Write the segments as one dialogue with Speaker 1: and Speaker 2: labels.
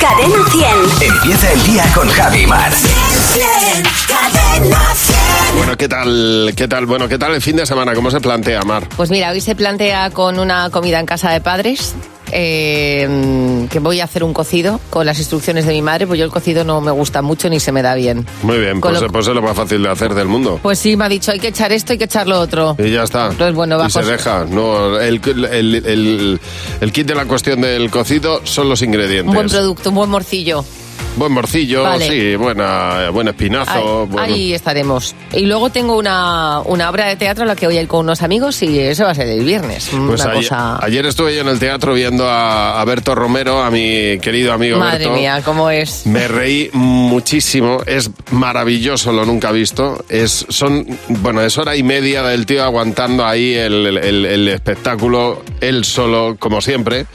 Speaker 1: Cadena 100.
Speaker 2: Empieza el día con Javi Mar.
Speaker 1: Cadena 100.
Speaker 3: Bueno, ¿qué tal? ¿Qué tal? Bueno, ¿qué tal el fin de semana? ¿Cómo se plantea, Mar?
Speaker 4: Pues mira, hoy se plantea con una comida en casa de padres. eh, que voy a hacer un cocido con las instrucciones de mi madre, pues yo el cocido no me gusta mucho ni se me da bien.
Speaker 3: Muy bien,
Speaker 4: Con
Speaker 3: pues,
Speaker 4: lo-
Speaker 3: pues es lo más fácil de hacer del mundo.
Speaker 4: Pues sí, me ha dicho, hay que echar esto, hay que echar lo otro.
Speaker 3: Y ya está.
Speaker 4: Entonces, bueno,
Speaker 3: y
Speaker 4: bajo-
Speaker 3: se deja. No, el, el- el- el kit de la cuestión del cocido son los
Speaker 4: Un
Speaker 3: ingredientes.
Speaker 4: buen producto, un buen morcillo.
Speaker 3: Buen morcillo,
Speaker 4: Vale.
Speaker 3: sí, buena, buen espinazo.
Speaker 4: ahí,
Speaker 3: buen-
Speaker 4: ahí estaremos. Y luego tengo una, una obra de teatro a la que voy a ir con unos amigos y eso va a ser el viernes.
Speaker 3: Pues
Speaker 4: una
Speaker 3: ayer,
Speaker 4: cosa...
Speaker 3: ayer estuve yo en el teatro viendo a, a Berto Romero, a mi querido amigo
Speaker 4: Madre
Speaker 3: Berto.
Speaker 4: mía, ¿cómo es?
Speaker 3: Me reí muchísimo, es maravilloso, lo nunca visto. Es, son, bueno, es hora y media del tío aguantando ahí el, el- el- el espectáculo, él solo, como siempre.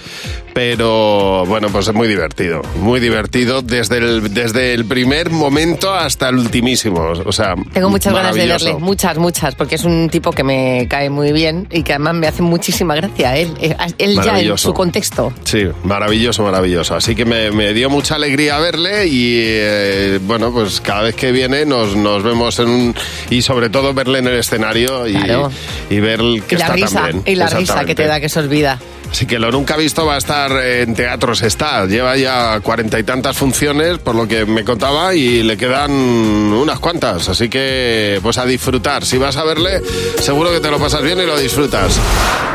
Speaker 3: Pero bueno, pues es muy divertido, muy divertido desde el, desde el primer momento hasta el ultimísimo. O sea,
Speaker 4: Tengo muchas ganas de
Speaker 3: maravilloso.
Speaker 4: verle, muchas, muchas, porque es un tipo que me cae muy bien y que además me hace muchísima gracia él, eh, a- él ya en
Speaker 3: Maravilloso.
Speaker 4: su contexto.
Speaker 3: Sí, maravilloso, maravilloso. Así que me, me dio mucha alegría verle y eh, bueno, pues cada vez que viene nos, nos vemos en un... Y sobre todo verle en el escenario y,
Speaker 4: Claro.
Speaker 3: y ver que
Speaker 4: y la
Speaker 3: está
Speaker 4: risa,
Speaker 3: tan bien.
Speaker 4: y la risa que
Speaker 3: Exactamente.
Speaker 4: te da que se olvida.
Speaker 3: Así que lo nunca visto va a estar en teatros, está. Lleva ya cuarenta y tantas funciones, por lo que me contaba, y le quedan unas cuantas. Así que, pues a disfrutar. Si vas a verle, seguro que te lo pasas bien y lo disfrutas.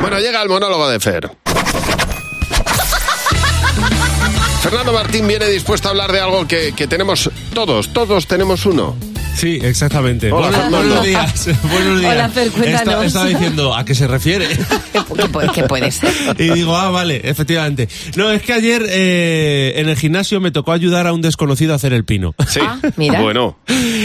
Speaker 3: Bueno, llega el monólogo de Fer. Fernando Martín viene dispuesto a hablar de algo que, que tenemos todos, todos tenemos uno.
Speaker 5: Sí, exactamente.
Speaker 3: Hola,
Speaker 5: buenos,
Speaker 3: Fernando.
Speaker 5: buenos días. Buenos días.
Speaker 4: Hola, Fer, cuéntanos.
Speaker 5: Esta- Estaba diciendo a qué se refiere.
Speaker 4: ¿Qué, pu- qué pu- qué puede ser?
Speaker 5: Y digo, ah, vale, efectivamente. No, es que ayer eh, en el gimnasio me tocó ayudar a un desconocido a hacer el pino.
Speaker 3: Sí.
Speaker 4: Ah, mira.
Speaker 3: Bueno,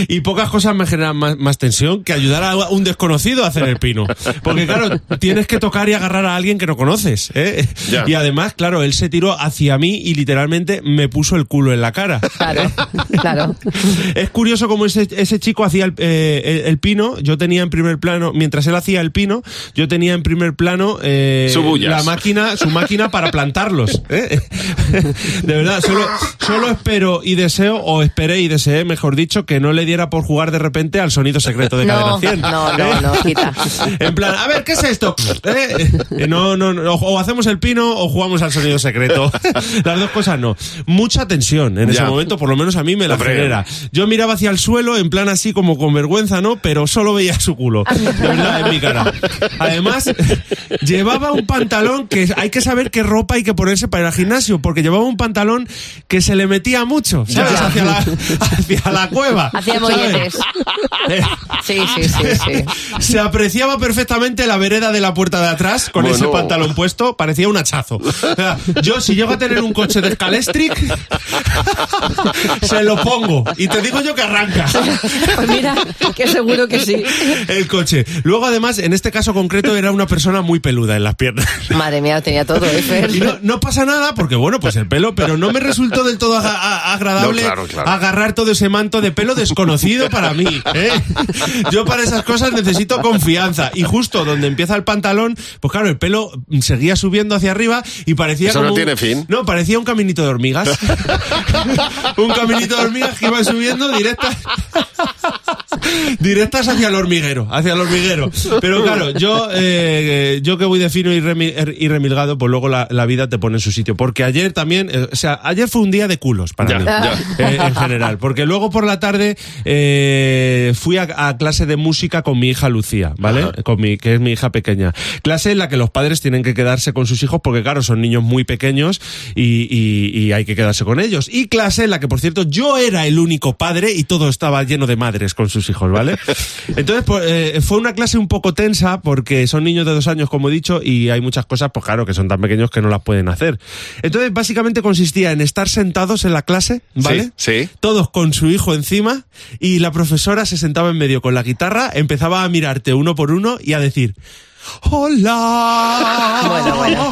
Speaker 5: Y pocas cosas me generan más, más tensión que ayudar a un desconocido a hacer el pino. Porque claro, tienes que tocar y agarrar a alguien que no conoces. ¿eh?
Speaker 3: Ya.
Speaker 5: Y además, claro, él se tiró hacia mí y literalmente me puso el culo en la cara.
Speaker 4: Claro, claro.
Speaker 5: Es curioso cómo ese, ese chico hacía el, eh, el- el pino. Yo tenía en primer plano, mientras él hacía el pino, yo tenía en primer plano eh,
Speaker 3: Su bullas.
Speaker 5: la máquina, su máquina para plantarlos. ¿eh? De verdad, solo, solo espero y deseo, o esperé y deseé, mejor dicho, que no le diera por jugar de repente al sonido secreto de Cadena
Speaker 4: No,
Speaker 5: 100.
Speaker 4: no, no,
Speaker 5: ¿eh?
Speaker 4: no, quita.
Speaker 5: En plan, a ver, ¿qué es esto? Eh, No, no, no, o hacemos el pino o jugamos al sonido secreto. Las dos cosas no. Mucha tensión en ese
Speaker 3: Ya.
Speaker 5: momento, por lo menos a mí me la
Speaker 3: Hombre.
Speaker 5: genera. Yo miraba hacia el suelo en plan así como con vergüenza, ¿no? Pero solo veía su culo. De verdad, en mi cara. Además, llevaba un pantalón que hay que saber qué ropa hay que ponerse para ir al gimnasio, porque llevaba un pantalón que se le metía mucho, ¿sabes?
Speaker 4: Ya.
Speaker 5: Hacia la, hacia la cueva.
Speaker 4: Hacía
Speaker 5: ¿sabes? Eh,
Speaker 4: molletes. Sí, sí, sí, sí.
Speaker 5: Se apreciaba perfectamente la vereda de la puerta de atrás con
Speaker 3: Bueno.
Speaker 5: ese pantalón puesto, parecía un hachazo. O sea, Yo, si llego a tener un coche de Scalestric, se lo pongo y te digo yo que arranca
Speaker 4: Pues mira, que seguro que sí.
Speaker 5: el coche. Luego, además, en este caso concreto, era una persona muy peluda en las piernas.
Speaker 4: Madre mía, lo tenía todo, ¿eh, Fer?
Speaker 5: Y no, no pasa nada, porque bueno, pues el pelo, pero no me resultó del todo aga- a- agradable
Speaker 3: No, claro, claro.
Speaker 5: agarrar todo ese manto de pelo desconocido para mí. ¿eh? Yo para esas cosas necesito confianza. Y justo donde empieza el pantalón, pues claro, el pelo seguía subiendo hacia arriba y parecía
Speaker 3: Eso
Speaker 5: como
Speaker 3: no
Speaker 5: un-
Speaker 3: tiene fin.
Speaker 5: No, parecía un caminito de hormigas. un caminito de hormigas que iba subiendo directas directas hacia el hormiguero, hacia el hormiguero. Pero claro, yo, eh, eh, yo que voy de fino y, remi- y remilgado, pues luego la, la vida te pone en su sitio. Porque ayer también, eh, o sea, ayer fue un día de culos para
Speaker 3: Ya,
Speaker 5: mí,
Speaker 3: ya.
Speaker 5: eh, en general. Porque luego por la tarde eh, fui a, a clase de música con mi hija Lucía, ¿vale?
Speaker 3: Ajá.
Speaker 5: Con mi, que es mi hija pequeña. Clase en la que los padres tienen que quedarse con sus hijos porque, claro, son niños muy pequeños y, y- y hay que quedarse con ellos. Y clase en la que, por cierto, yo era el único padre y todo estaba lleno de madres con sus hijos, ¿vale? Entonces, pues, eh, fue una clase un poco tensa porque son niños de dos años, como he dicho, y hay muchas cosas, pues claro, que son tan pequeños que no las pueden hacer. Entonces, básicamente consistía en estar sentados en la clase, ¿vale?
Speaker 3: Sí, sí.
Speaker 5: todos con su hijo encima y la profesora se sentaba en medio con la guitarra, empezaba a mirarte uno por uno y a decir Hola.
Speaker 4: Bueno, bueno.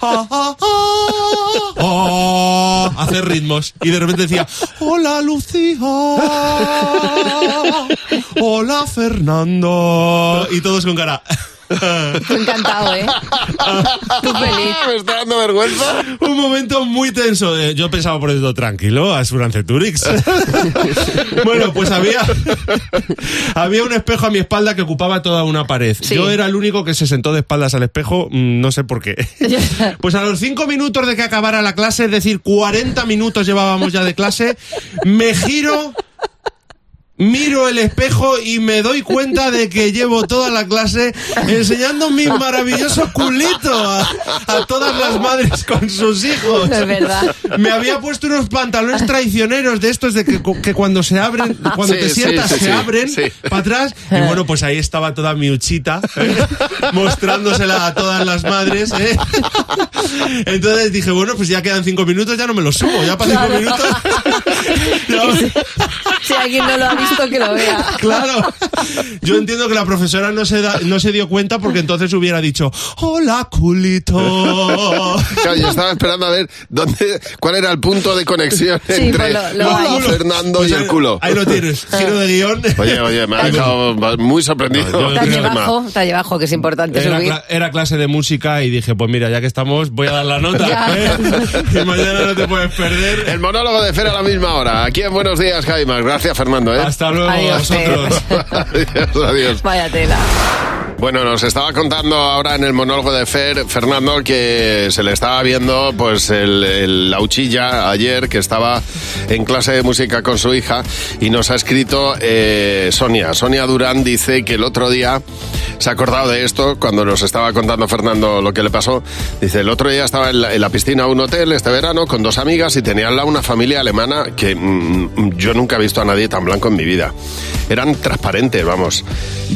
Speaker 5: Ah, ah, ah, ah. hacer ritmos y de repente decía hola Lucía hola Fernando y todos con cara
Speaker 4: Tú encantado, ¿eh? Tú
Speaker 5: Ah,
Speaker 4: feliz.
Speaker 3: Me está dando vergüenza.
Speaker 5: Un momento muy tenso. Eh, Yo pensaba por esto tranquilo, a Surance Turix. bueno, pues había, había un espejo a mi espalda que ocupaba toda una pared.
Speaker 4: Sí.
Speaker 5: Yo era el único que se sentó de espaldas al espejo, mm, no sé por qué. pues a los cinco minutos de que acabara la clase, es decir, 40 minutos llevábamos ya de clase, me giro. Miro el espejo y me doy cuenta de que llevo toda la clase enseñando mis maravillosos culitos a, a todas las madres con sus hijos.
Speaker 4: Es verdad.
Speaker 5: Me había puesto unos pantalones traicioneros de estos de que, cu- que cuando se abren, cuando
Speaker 3: Sí,
Speaker 5: te
Speaker 3: sí,
Speaker 5: sientas
Speaker 3: sí,
Speaker 5: se
Speaker 3: sí,
Speaker 5: abren
Speaker 3: sí.
Speaker 5: para atrás. Y bueno, pues ahí estaba toda mi uchita ¿eh? mostrándosela a todas las madres. ¿eh? Entonces dije, bueno, pues ya quedan cinco minutos, ya no me lo subo, ya para cinco minutos. ya-
Speaker 4: Si alguien no lo ha visto, que lo vea.
Speaker 5: Claro. Yo entiendo que la profesora no se, da- no se dio cuenta porque entonces hubiera dicho, hola culito.
Speaker 3: Claro, yo estaba esperando a ver dónde, cuál era el punto de conexión
Speaker 4: Sí,
Speaker 3: entre
Speaker 4: pues lo- lo
Speaker 3: Pablo
Speaker 4: hay. Ah.
Speaker 3: Fernando
Speaker 5: Pues
Speaker 3: y el
Speaker 5: ahí-
Speaker 3: culo.
Speaker 5: Ahí lo tienes, giro de guión.
Speaker 3: Oye, oye, me ha dejado muy sorprendido.
Speaker 5: No, yo-
Speaker 3: el
Speaker 4: Talle
Speaker 5: Problema.
Speaker 3: tema.
Speaker 4: bajo, talle bajo, que es importante
Speaker 5: Era,
Speaker 4: subir.
Speaker 5: cla- era clase de música y dije, pues mira, ya que estamos, voy a dar la nota.
Speaker 4: Ya.
Speaker 5: ¿eh? Que mañana no te puedes perder.
Speaker 3: El monólogo de Fer a la misma hora. Aquí en Buenos Días, Jaime. Gracias, Fernando. ¿eh?
Speaker 5: Hasta luego a
Speaker 4: Adiós, Fer.
Speaker 5: vosotros.
Speaker 3: adiós, adiós.
Speaker 4: Vaya tela.
Speaker 3: Bueno, nos estaba contando ahora en el monólogo de Fer, Fernando, que se le estaba viendo pues el, el- la uchilla ayer, que estaba en clase de música con su hija, y nos ha escrito eh, Sonia. Sonia Durán dice que el otro día se ha acordado de esto cuando nos estaba contando Fernando lo que le pasó. Dice, el otro día estaba en la, en la piscina de un hotel este verano con dos amigas y tenía al lado una familia alemana que mm, yo nunca he visto a nadie tan blanco en mi vida. Eran transparentes, vamos.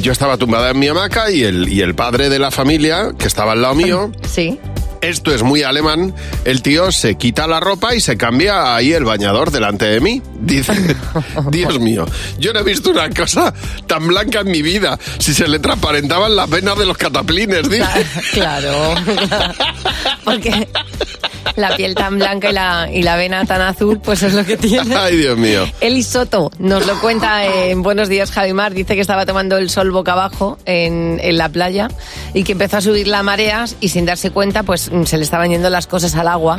Speaker 3: Yo estaba tumbada en mi hamaca y el, y el padre de la familia, que estaba al lado mío,
Speaker 4: Sí.
Speaker 3: esto es muy alemán, el tío se quita la ropa y se cambia ahí el bañador delante de mí. Dice, Dios mío, yo no he visto una cosa tan blanca en mi vida. Si se le transparentaban las venas de los cataplines, dice.
Speaker 4: Claro. Porque la piel tan blanca y la, y la vena tan azul, pues es lo que tiene.
Speaker 3: Ay, Dios mío.
Speaker 4: Eli Soto nos lo cuenta en Buenos Días, Javimar. Dice que estaba tomando el sol boca abajo en, en la playa y que empezó a subir la marea y sin darse cuenta, pues mm, se le estaban yendo las cosas al agua.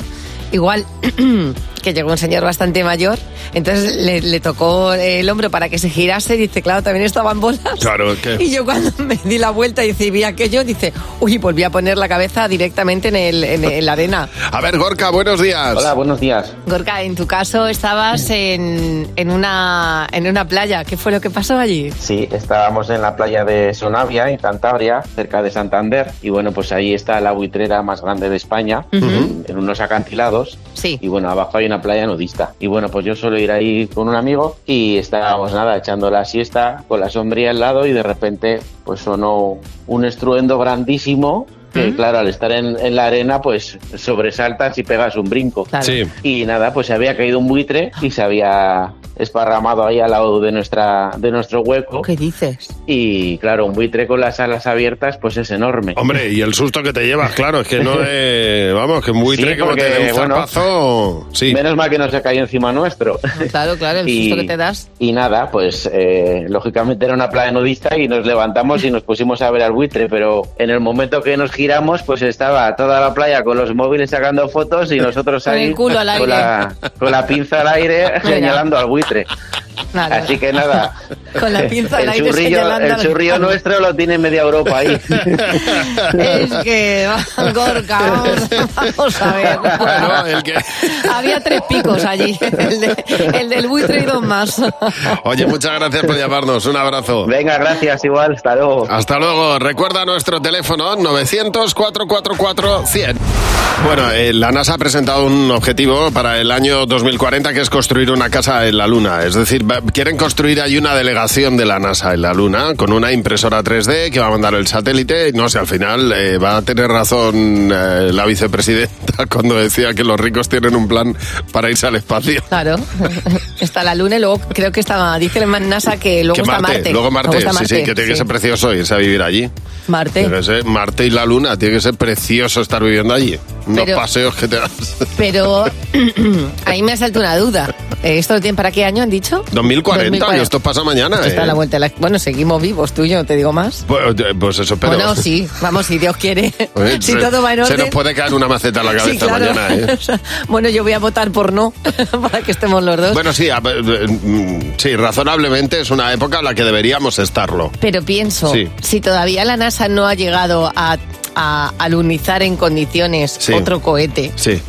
Speaker 4: Igual que llegó un señor bastante mayor, entonces le, le tocó el hombro para que se girase. Dice, claro, también estaban bolas.
Speaker 3: Claro, ¿qué?
Speaker 4: Y yo cuando me di la vuelta y decidí aquello, dice, uy, volví a poner la cabeza directamente en, el, en, el- en la arena.
Speaker 3: A ver, Gorka, buenos días.
Speaker 1: Hola, buenos días.
Speaker 4: Gorka, en tu caso estabas en, en, una, en una playa. ¿Qué fue lo que pasó allí?
Speaker 1: Sí, estábamos en la playa de Sonavia, en Cantabria, cerca de Santander. Y bueno, pues ahí está la buitrera más grande de España, en- en unos acantilados.
Speaker 4: Sí.
Speaker 1: Y bueno, abajo hay una playa nudista. Y bueno, pues yo suelo ir ahí con un amigo y estábamos nada, echando la siesta con la sombría al lado y de repente pues sonó un estruendo grandísimo que claro, al estar en, en la arena pues sobresaltas y pegas un brinco.
Speaker 4: Claro.
Speaker 5: Sí.
Speaker 1: Y nada, pues se había caído un buitre y se había esparramado ahí al lado de nuestra de nuestro hueco
Speaker 4: ¿Qué dices?
Speaker 1: y claro, un buitre con las alas abiertas pues es enorme.
Speaker 3: Hombre, y el susto que te llevas, claro, es que no es... Vamos, que muy
Speaker 1: Sí,
Speaker 3: buitre como te
Speaker 1: porque,
Speaker 3: dé un
Speaker 1: bueno,
Speaker 3: zarpazo... Sí.
Speaker 1: Menos mal que no se cayó encima nuestro.
Speaker 4: Claro, claro, el susto que te das.
Speaker 1: y nada, pues eh, lógicamente era una playa nudista y nos levantamos y nos pusimos a ver al buitre, pero en el momento que nos giramos, pues estaba toda la playa con los móviles sacando fotos y nosotros
Speaker 4: Con
Speaker 1: ahí
Speaker 4: el culo al aire.
Speaker 1: Con, la, con la pinza al aire señalando al buitre.
Speaker 4: Claro.
Speaker 1: Así que nada.
Speaker 4: Con la pinza al
Speaker 1: el
Speaker 4: aire
Speaker 1: churrillo,
Speaker 4: señalando
Speaker 1: el
Speaker 4: al-
Speaker 1: churrillo nuestro lo tiene media Europa ahí.
Speaker 4: Es que, Gorka, vamos, vamos a ver.
Speaker 3: Bueno, el que...
Speaker 4: Había tres picos allí, el, de- el del buitre y dos más.
Speaker 3: Oye, muchas gracias por llamarnos. Un abrazo.
Speaker 1: Venga, gracias, igual, hasta luego.
Speaker 3: Hasta luego. Recuerda nuestro teléfono 900-444-100. Bueno, eh, la NASA ha presentado un objetivo para el año 2040 que es construir una casa en la Luna. Es decir, va- quieren construir ahí una delegación de la NASA en la Luna con una impresora 3D que va a mandar el satélite. No sé, al final eh, va a tener razón eh, la vicepresidenta cuando decía que los ricos tienen un plan para irse al espacio.
Speaker 4: Claro, está la luna y luego creo que estaba, dice el man NASA que luego
Speaker 3: que
Speaker 4: está Marte.
Speaker 3: luego Marte,
Speaker 4: está
Speaker 3: sí, sí, que tiene que ser precioso irse a vivir allí.
Speaker 4: Marte.
Speaker 3: Tiene que ser Marte y la Luna, tiene que ser precioso estar viviendo allí. Unos
Speaker 4: Pero-
Speaker 3: paseos que te das.
Speaker 4: Pero ahí me salta una duda. Eh, ¿Esto lo tienen para qué año han dicho?
Speaker 3: 2040, y esto pasa mañana.
Speaker 4: Esto está
Speaker 3: eh.
Speaker 4: a la vuelta de la- Bueno, seguimos vivos, tú y yo, te digo más.
Speaker 3: Pues, eh, pues eso, pero...
Speaker 4: Bueno, sí, vamos, si Dios quiere.
Speaker 3: Oye,
Speaker 4: si
Speaker 3: se-
Speaker 4: todo va en
Speaker 3: Se
Speaker 4: orden.
Speaker 3: nos puede caer una maceta en la cabeza
Speaker 4: Sí, claro.
Speaker 3: mañana, ¿eh?
Speaker 4: O sea, bueno, yo voy a votar por no, para que estemos los dos.
Speaker 3: Bueno, sí, a ver, eh, mm, sí, razonablemente es una época en la que deberíamos estarlo.
Speaker 4: Pero pienso,
Speaker 3: Sí.
Speaker 4: si todavía la NASA no ha llegado a, a alunizar en condiciones
Speaker 3: Sí.
Speaker 4: otro cohete,
Speaker 3: Sí.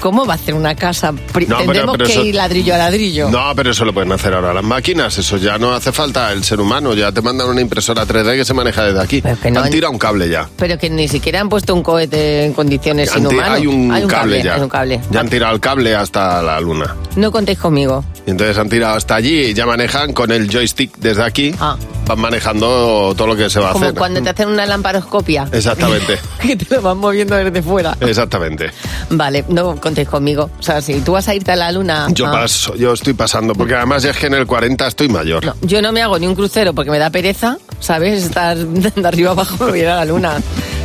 Speaker 4: ¿cómo va a hacer una casa? Pri-
Speaker 3: No, pero-
Speaker 4: Tendremos
Speaker 3: pero
Speaker 4: que
Speaker 3: eso-
Speaker 4: ir ladrillo a ladrillo.
Speaker 3: No, pero eso lo pueden hacer ahora las máquinas. Eso ya no hace falta el ser humano. Ya te mandan una impresora 3D que se maneja desde aquí.
Speaker 4: Pero que no-
Speaker 3: Han tirado un cable ya.
Speaker 4: Pero que ni siquiera han puesto un cohete en condiciones
Speaker 3: Han ti-
Speaker 4: inhumanas.
Speaker 3: hay un, cable, ya.
Speaker 4: hay un cable.
Speaker 3: Ya han tirado el cable hasta la luna.
Speaker 4: No contéis conmigo.
Speaker 3: Y entonces han tirado hasta allí y ya manejan con el joystick desde aquí.
Speaker 4: Ah.
Speaker 3: Van manejando todo lo que se va a
Speaker 4: Como
Speaker 3: hacer.
Speaker 4: cuando te hacen una lamparoscopia.
Speaker 3: Exactamente.
Speaker 4: que te lo van moviendo desde fuera.
Speaker 3: Exactamente.
Speaker 4: Vale, no contéis conmigo. O sea, si tú vas a irte a la luna...
Speaker 3: Yo
Speaker 4: ah,
Speaker 3: paso, yo estoy pasando, porque además ya es que en el 40 estoy mayor.
Speaker 4: No, yo no me hago ni un crucero porque me da pereza, ¿sabes? Estar de arriba abajo me voy a ir a la luna.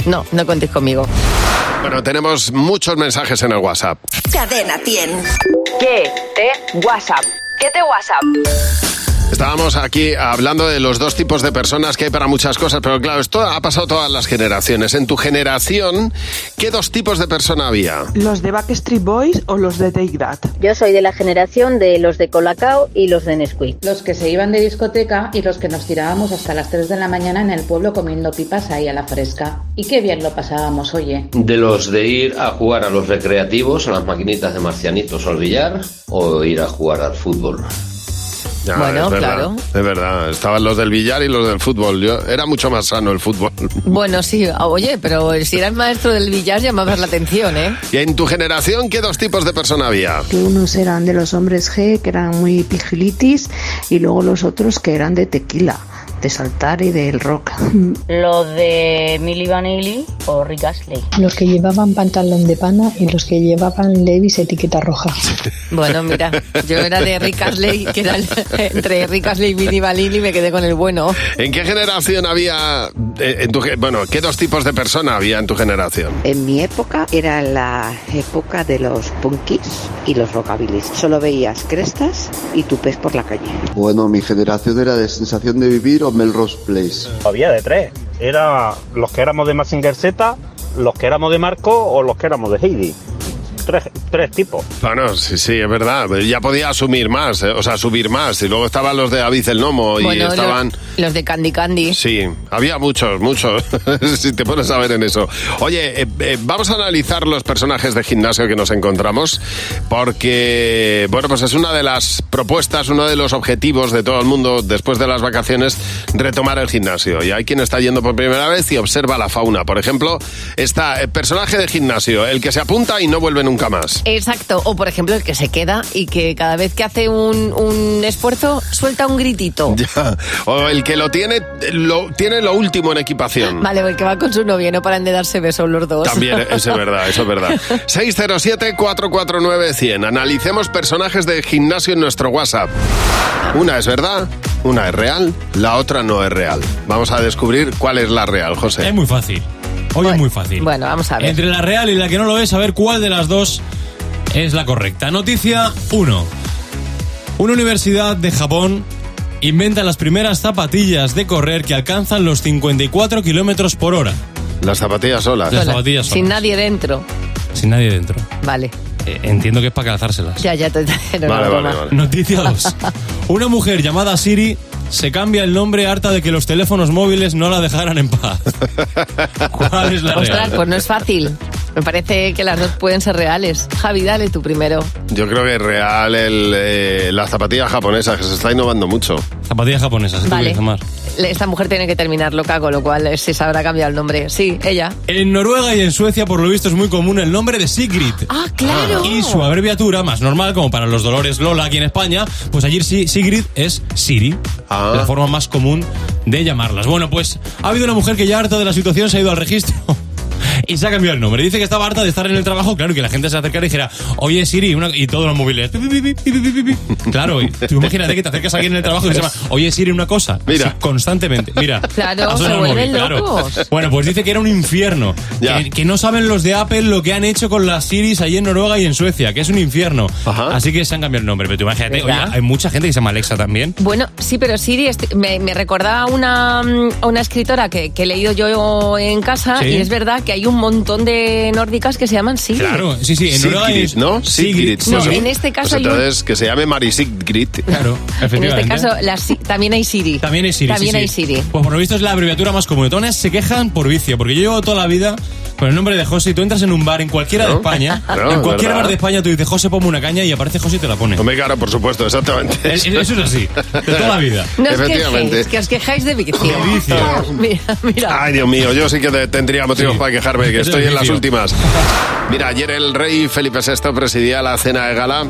Speaker 4: No, no contéis conmigo.
Speaker 3: Bueno, tenemos muchos mensajes en el WhatsApp.
Speaker 6: Cadena 100.
Speaker 7: ¿Qué te WhatsApp? ¿Qué te WhatsApp?
Speaker 3: Estábamos aquí hablando de los dos tipos de personas que hay para muchas cosas, pero claro, esto ha pasado todas las generaciones. En tu generación, ¿qué dos tipos de persona había?
Speaker 8: ¿Los de Backstreet Boys o los de Take That?
Speaker 9: Yo soy de la generación de los de Colacao y los de Nesquik.
Speaker 10: Los que se iban de discoteca y los que nos tirábamos hasta las 3 de la mañana en el pueblo comiendo pipas ahí a la fresca. Y qué bien lo pasábamos, oye.
Speaker 11: De los de ir a jugar a los recreativos, a las maquinitas de marcianitos o al billar, o ir a jugar al fútbol.
Speaker 3: Ya,
Speaker 4: Bueno,
Speaker 3: es verdad,
Speaker 4: claro.
Speaker 3: Es verdad, estaban los del billar y los del fútbol. Yo, era mucho más sano el fútbol.
Speaker 4: Bueno, sí, oye, pero si eras maestro del billar llamabas la atención, ¿eh?
Speaker 3: ¿Y en tu generación qué dos tipos de persona había?
Speaker 10: Que unos eran de los hombres G, que eran muy pigilitis, y luego los otros que eran de tequila, de saltar y del rock.
Speaker 9: Los de Milli Vanilli o Rick Astley.
Speaker 10: Los que llevaban pantalón de pana y los que llevaban Levis etiqueta roja.
Speaker 4: Bueno, mira, yo era de Rick Astley, que era el- entre Rick Astley y Vinny Balini me quedé con el bueno.
Speaker 3: ¿En qué generación había, eh, en tu ge- bueno, qué dos tipos de persona había en tu generación?
Speaker 10: En mi época era la época de los punkis y los rockabilis. Solo veías crestas y tupés por la calle.
Speaker 12: Bueno, mi generación era de sensación de vivir o Melrose Place.
Speaker 13: Había de tres. Era los que éramos de Massinger Z, los que éramos de Marco o los que éramos de Heidi. Tres, tres tipos.
Speaker 3: Bueno, sí, sí, es verdad. Ya podía asumir más, eh, o sea, subir más. Y luego estaban los de David el Nomo y
Speaker 4: bueno,
Speaker 3: estaban...
Speaker 4: los, los de Candy Candy.
Speaker 3: Sí, había muchos, muchos, si te pones a ver en eso. Oye, eh, eh, vamos a analizar los personajes de gimnasio que nos encontramos, porque, bueno, pues es una de las propuestas, uno de los objetivos de todo el mundo después de las vacaciones, retomar el gimnasio. Y hay quien está yendo por primera vez y observa la fauna. Por ejemplo, está el personaje de gimnasio, el que se apunta y no vuelve nunca más.
Speaker 4: Exacto, o por ejemplo el que se queda y que cada vez que hace un, un esfuerzo suelta un gritito.
Speaker 3: Ya. O el que lo tiene, lo, tiene lo último en equipación.
Speaker 4: Vale, o el que va con su novia, no paran de darse besos los dos.
Speaker 3: También, ¿eh? eso es verdad, eso es verdad. 607-449-100. Analicemos personajes de gimnasio en nuestro WhatsApp. Una es verdad, una es real, la otra no es real. Vamos a descubrir cuál es la real,
Speaker 14: Es
Speaker 3: José.
Speaker 14: muy fácil. Hoy es muy fácil.
Speaker 4: Bueno, vamos a ver.
Speaker 14: Entre la real y la que no lo es, a ver cuál de las dos es la correcta. Noticia 1. Una universidad de Japón inventa las primeras zapatillas de correr que alcanzan los 54 kilómetros por hora.
Speaker 3: Las zapatillas solas.
Speaker 14: Las zapatillas
Speaker 4: Sin
Speaker 14: solas,
Speaker 4: nadie dentro.
Speaker 14: sin nadie dentro.
Speaker 4: Vale,
Speaker 14: Eh, Entiendo que es para calzárselas.
Speaker 4: ya, ya te no,
Speaker 3: Vale, vale,
Speaker 4: no, no.
Speaker 3: vale.
Speaker 14: Noticia 2. Una mujer llamada Siri se cambia el nombre harta de que los teléfonos móviles no la dejaran en paz. ¿Cuál es la
Speaker 4: Ostras,
Speaker 14: real?
Speaker 4: pues no es fácil. Me parece que las dos pueden ser reales. Javi, dale tú primero.
Speaker 3: Yo creo que es real el, eh, las zapatillas japonesas, que se está innovando mucho.
Speaker 14: Zapatillas japonesas, se tuvo que
Speaker 4: Vale.
Speaker 14: llamar.
Speaker 4: Le- Esta mujer tiene que terminar loca, con lo cual eh, se sabrá cambiar el nombre. Sí, ella.
Speaker 14: En Noruega y en Suecia, por lo visto, es muy común el nombre de Sigrid.
Speaker 4: Ah, claro.
Speaker 14: Y su abreviatura, más normal, como para los dolores Lola aquí en España, pues allí sí, Sigrid es Siri.
Speaker 3: Ah.
Speaker 14: La forma más común de llamarlas. Bueno, pues ha habido una mujer que ya harta de la situación se ha ido al registro y se ha cambiado el nombre. Dice que estaba harta de estar en el trabajo, claro, y que la gente se acercara y dijera, oye Siri, una- y todos los móviles. pi, pi, pi, pi, pi, pi, pi, pi. Claro, y tú imagínate que te acercas a alguien en el trabajo y se llama, oye Siri, una cosa. Mira. constantemente. Mira.
Speaker 4: Claro,
Speaker 14: ha sonado
Speaker 4: se
Speaker 14: el móvil,
Speaker 4: vuelven
Speaker 14: claro.
Speaker 4: locos.
Speaker 14: Bueno, pues dice que era un infierno. Que, que no saben los de Apple lo que han hecho con las Siris ahí en Noruega y en Suecia, que es un infierno. Así que se han cambiado el nombre. Pero tú imagínate, oye,
Speaker 4: ¿Verdad?
Speaker 14: hay mucha gente que se llama Alexa también.
Speaker 4: Bueno, sí, pero Siri est- me, me recordaba a una, mm, a una escritora que, que he leído yo en casa
Speaker 14: Sí.
Speaker 4: y es verdad que hay un montón de nórdicas que se llaman Siri.
Speaker 3: Claro,
Speaker 14: sí, sí, en Noruega
Speaker 3: Sigrid,
Speaker 14: es-
Speaker 3: ¿no? Sigrid.
Speaker 4: No, en este caso
Speaker 3: Pues
Speaker 4: hay un-
Speaker 3: entonces, que se llame Mari Sigrid.
Speaker 14: Claro,
Speaker 4: En este caso las Si- también hay Siri.
Speaker 14: También hay Siri.
Speaker 4: También
Speaker 14: sí,
Speaker 4: hay
Speaker 14: sí.
Speaker 4: Siri.
Speaker 14: Pues por lo visto es la abreviatura más común. Todas se quejan por vicio, porque yo llevo toda la vida con el nombre de José y tú entras en un bar en cualquiera de
Speaker 3: No,
Speaker 14: España,
Speaker 3: no,
Speaker 14: en cualquier
Speaker 3: ¿verdad?
Speaker 14: bar de España tú dices José ponme una caña y aparece José y te la pone.
Speaker 3: Hombre, claro, por supuesto, exactamente.
Speaker 14: Es- es- eso es así, de toda la vida.
Speaker 4: No os
Speaker 3: Efectivamente.
Speaker 4: quejéis, que os quejáis de vicio. mira, mira.
Speaker 3: Ay, Dios mío, yo sí que te- tendría motivos para quejarme, que
Speaker 14: Es
Speaker 3: estoy en las
Speaker 14: delicio.
Speaker 3: últimas. Mira, ayer el rey Felipe VI presidía la cena de gala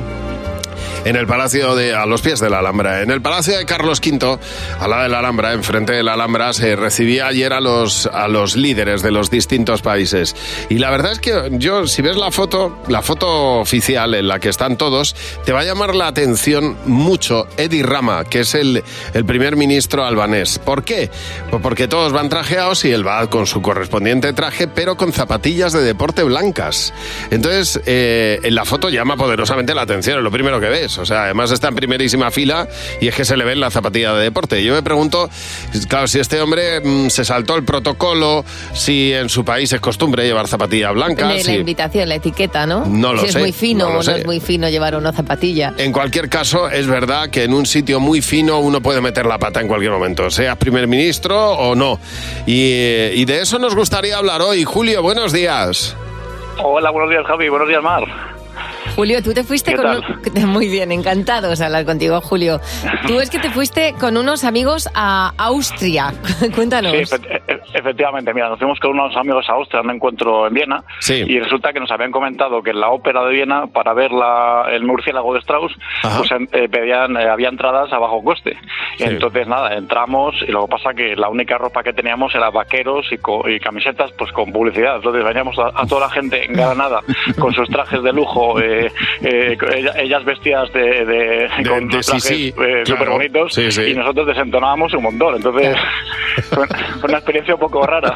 Speaker 3: en el Palacio de... a los pies de la Alhambra. En el Palacio de Carlos V, al lado de la Alhambra, enfrente de la Alhambra, se recibía ayer a los, a los líderes de los distintos países. Y la verdad es que yo, si ves la foto, la foto oficial en la que están todos, te va a llamar la atención mucho Edi Rama, que es el, el primer ministro albanés. ¿Por qué? Pues porque todos van trajeados y él va con su correspondiente traje, pero con zapatillas de deporte blancas. Entonces, eh, en la foto llama poderosamente la atención, es lo primero que ves. O sea, además está en primerísima fila y es que se le ven la zapatilla de deporte. Yo me pregunto, claro, si este hombre mm, se saltó el protocolo, si en su país es costumbre llevar zapatilla blanca.
Speaker 4: De la
Speaker 3: si-
Speaker 4: invitación, la etiqueta, ¿no?
Speaker 3: No lo
Speaker 4: si es
Speaker 3: sé,
Speaker 4: muy
Speaker 3: no
Speaker 4: fino
Speaker 3: lo
Speaker 4: o no
Speaker 3: sé. Eh,
Speaker 4: es muy fino llevar una zapatilla.
Speaker 3: En cualquier caso, es verdad que en un sitio muy fino uno puede meter la pata en cualquier momento, seas primer ministro o no. Y, eh, y de eso nos gustaría hablar hoy. Julio, buenos días.
Speaker 6: Hola, buenos días, Javi. Buenos días, Mar.
Speaker 4: Julio, tú te fuiste
Speaker 6: ¿Qué
Speaker 4: con un- Muy bien, encantados de hablar contigo, Julio. Tú es que te fuiste con unos amigos a Austria. Cuéntanos.
Speaker 6: Sí, efe- e- efectivamente. Mira, nos fuimos con unos amigos a Austria, a un encuentro en Viena.
Speaker 3: Sí.
Speaker 6: Y resulta que nos habían comentado que en la ópera de Viena, para ver la- el murciélago de Strauss, pues, en- eh, pedían, eh, había entradas a bajo coste.
Speaker 15: Sí.
Speaker 6: Entonces, nada, entramos y luego pasa que la única ropa que teníamos era vaqueros y, co- y camisetas, pues con publicidad. Entonces, veníamos a, a toda la gente engalanada con sus trajes de lujo, eh, eh, con ella- ellas vestidas de, de-
Speaker 3: De-
Speaker 6: con
Speaker 3: de
Speaker 6: sus trajes
Speaker 3: sisí, claro.
Speaker 6: súper bonitos
Speaker 3: Sí, sí.
Speaker 6: y nosotros desentonábamos un montón. Entonces, fue una- fue una experiencia un poco rara.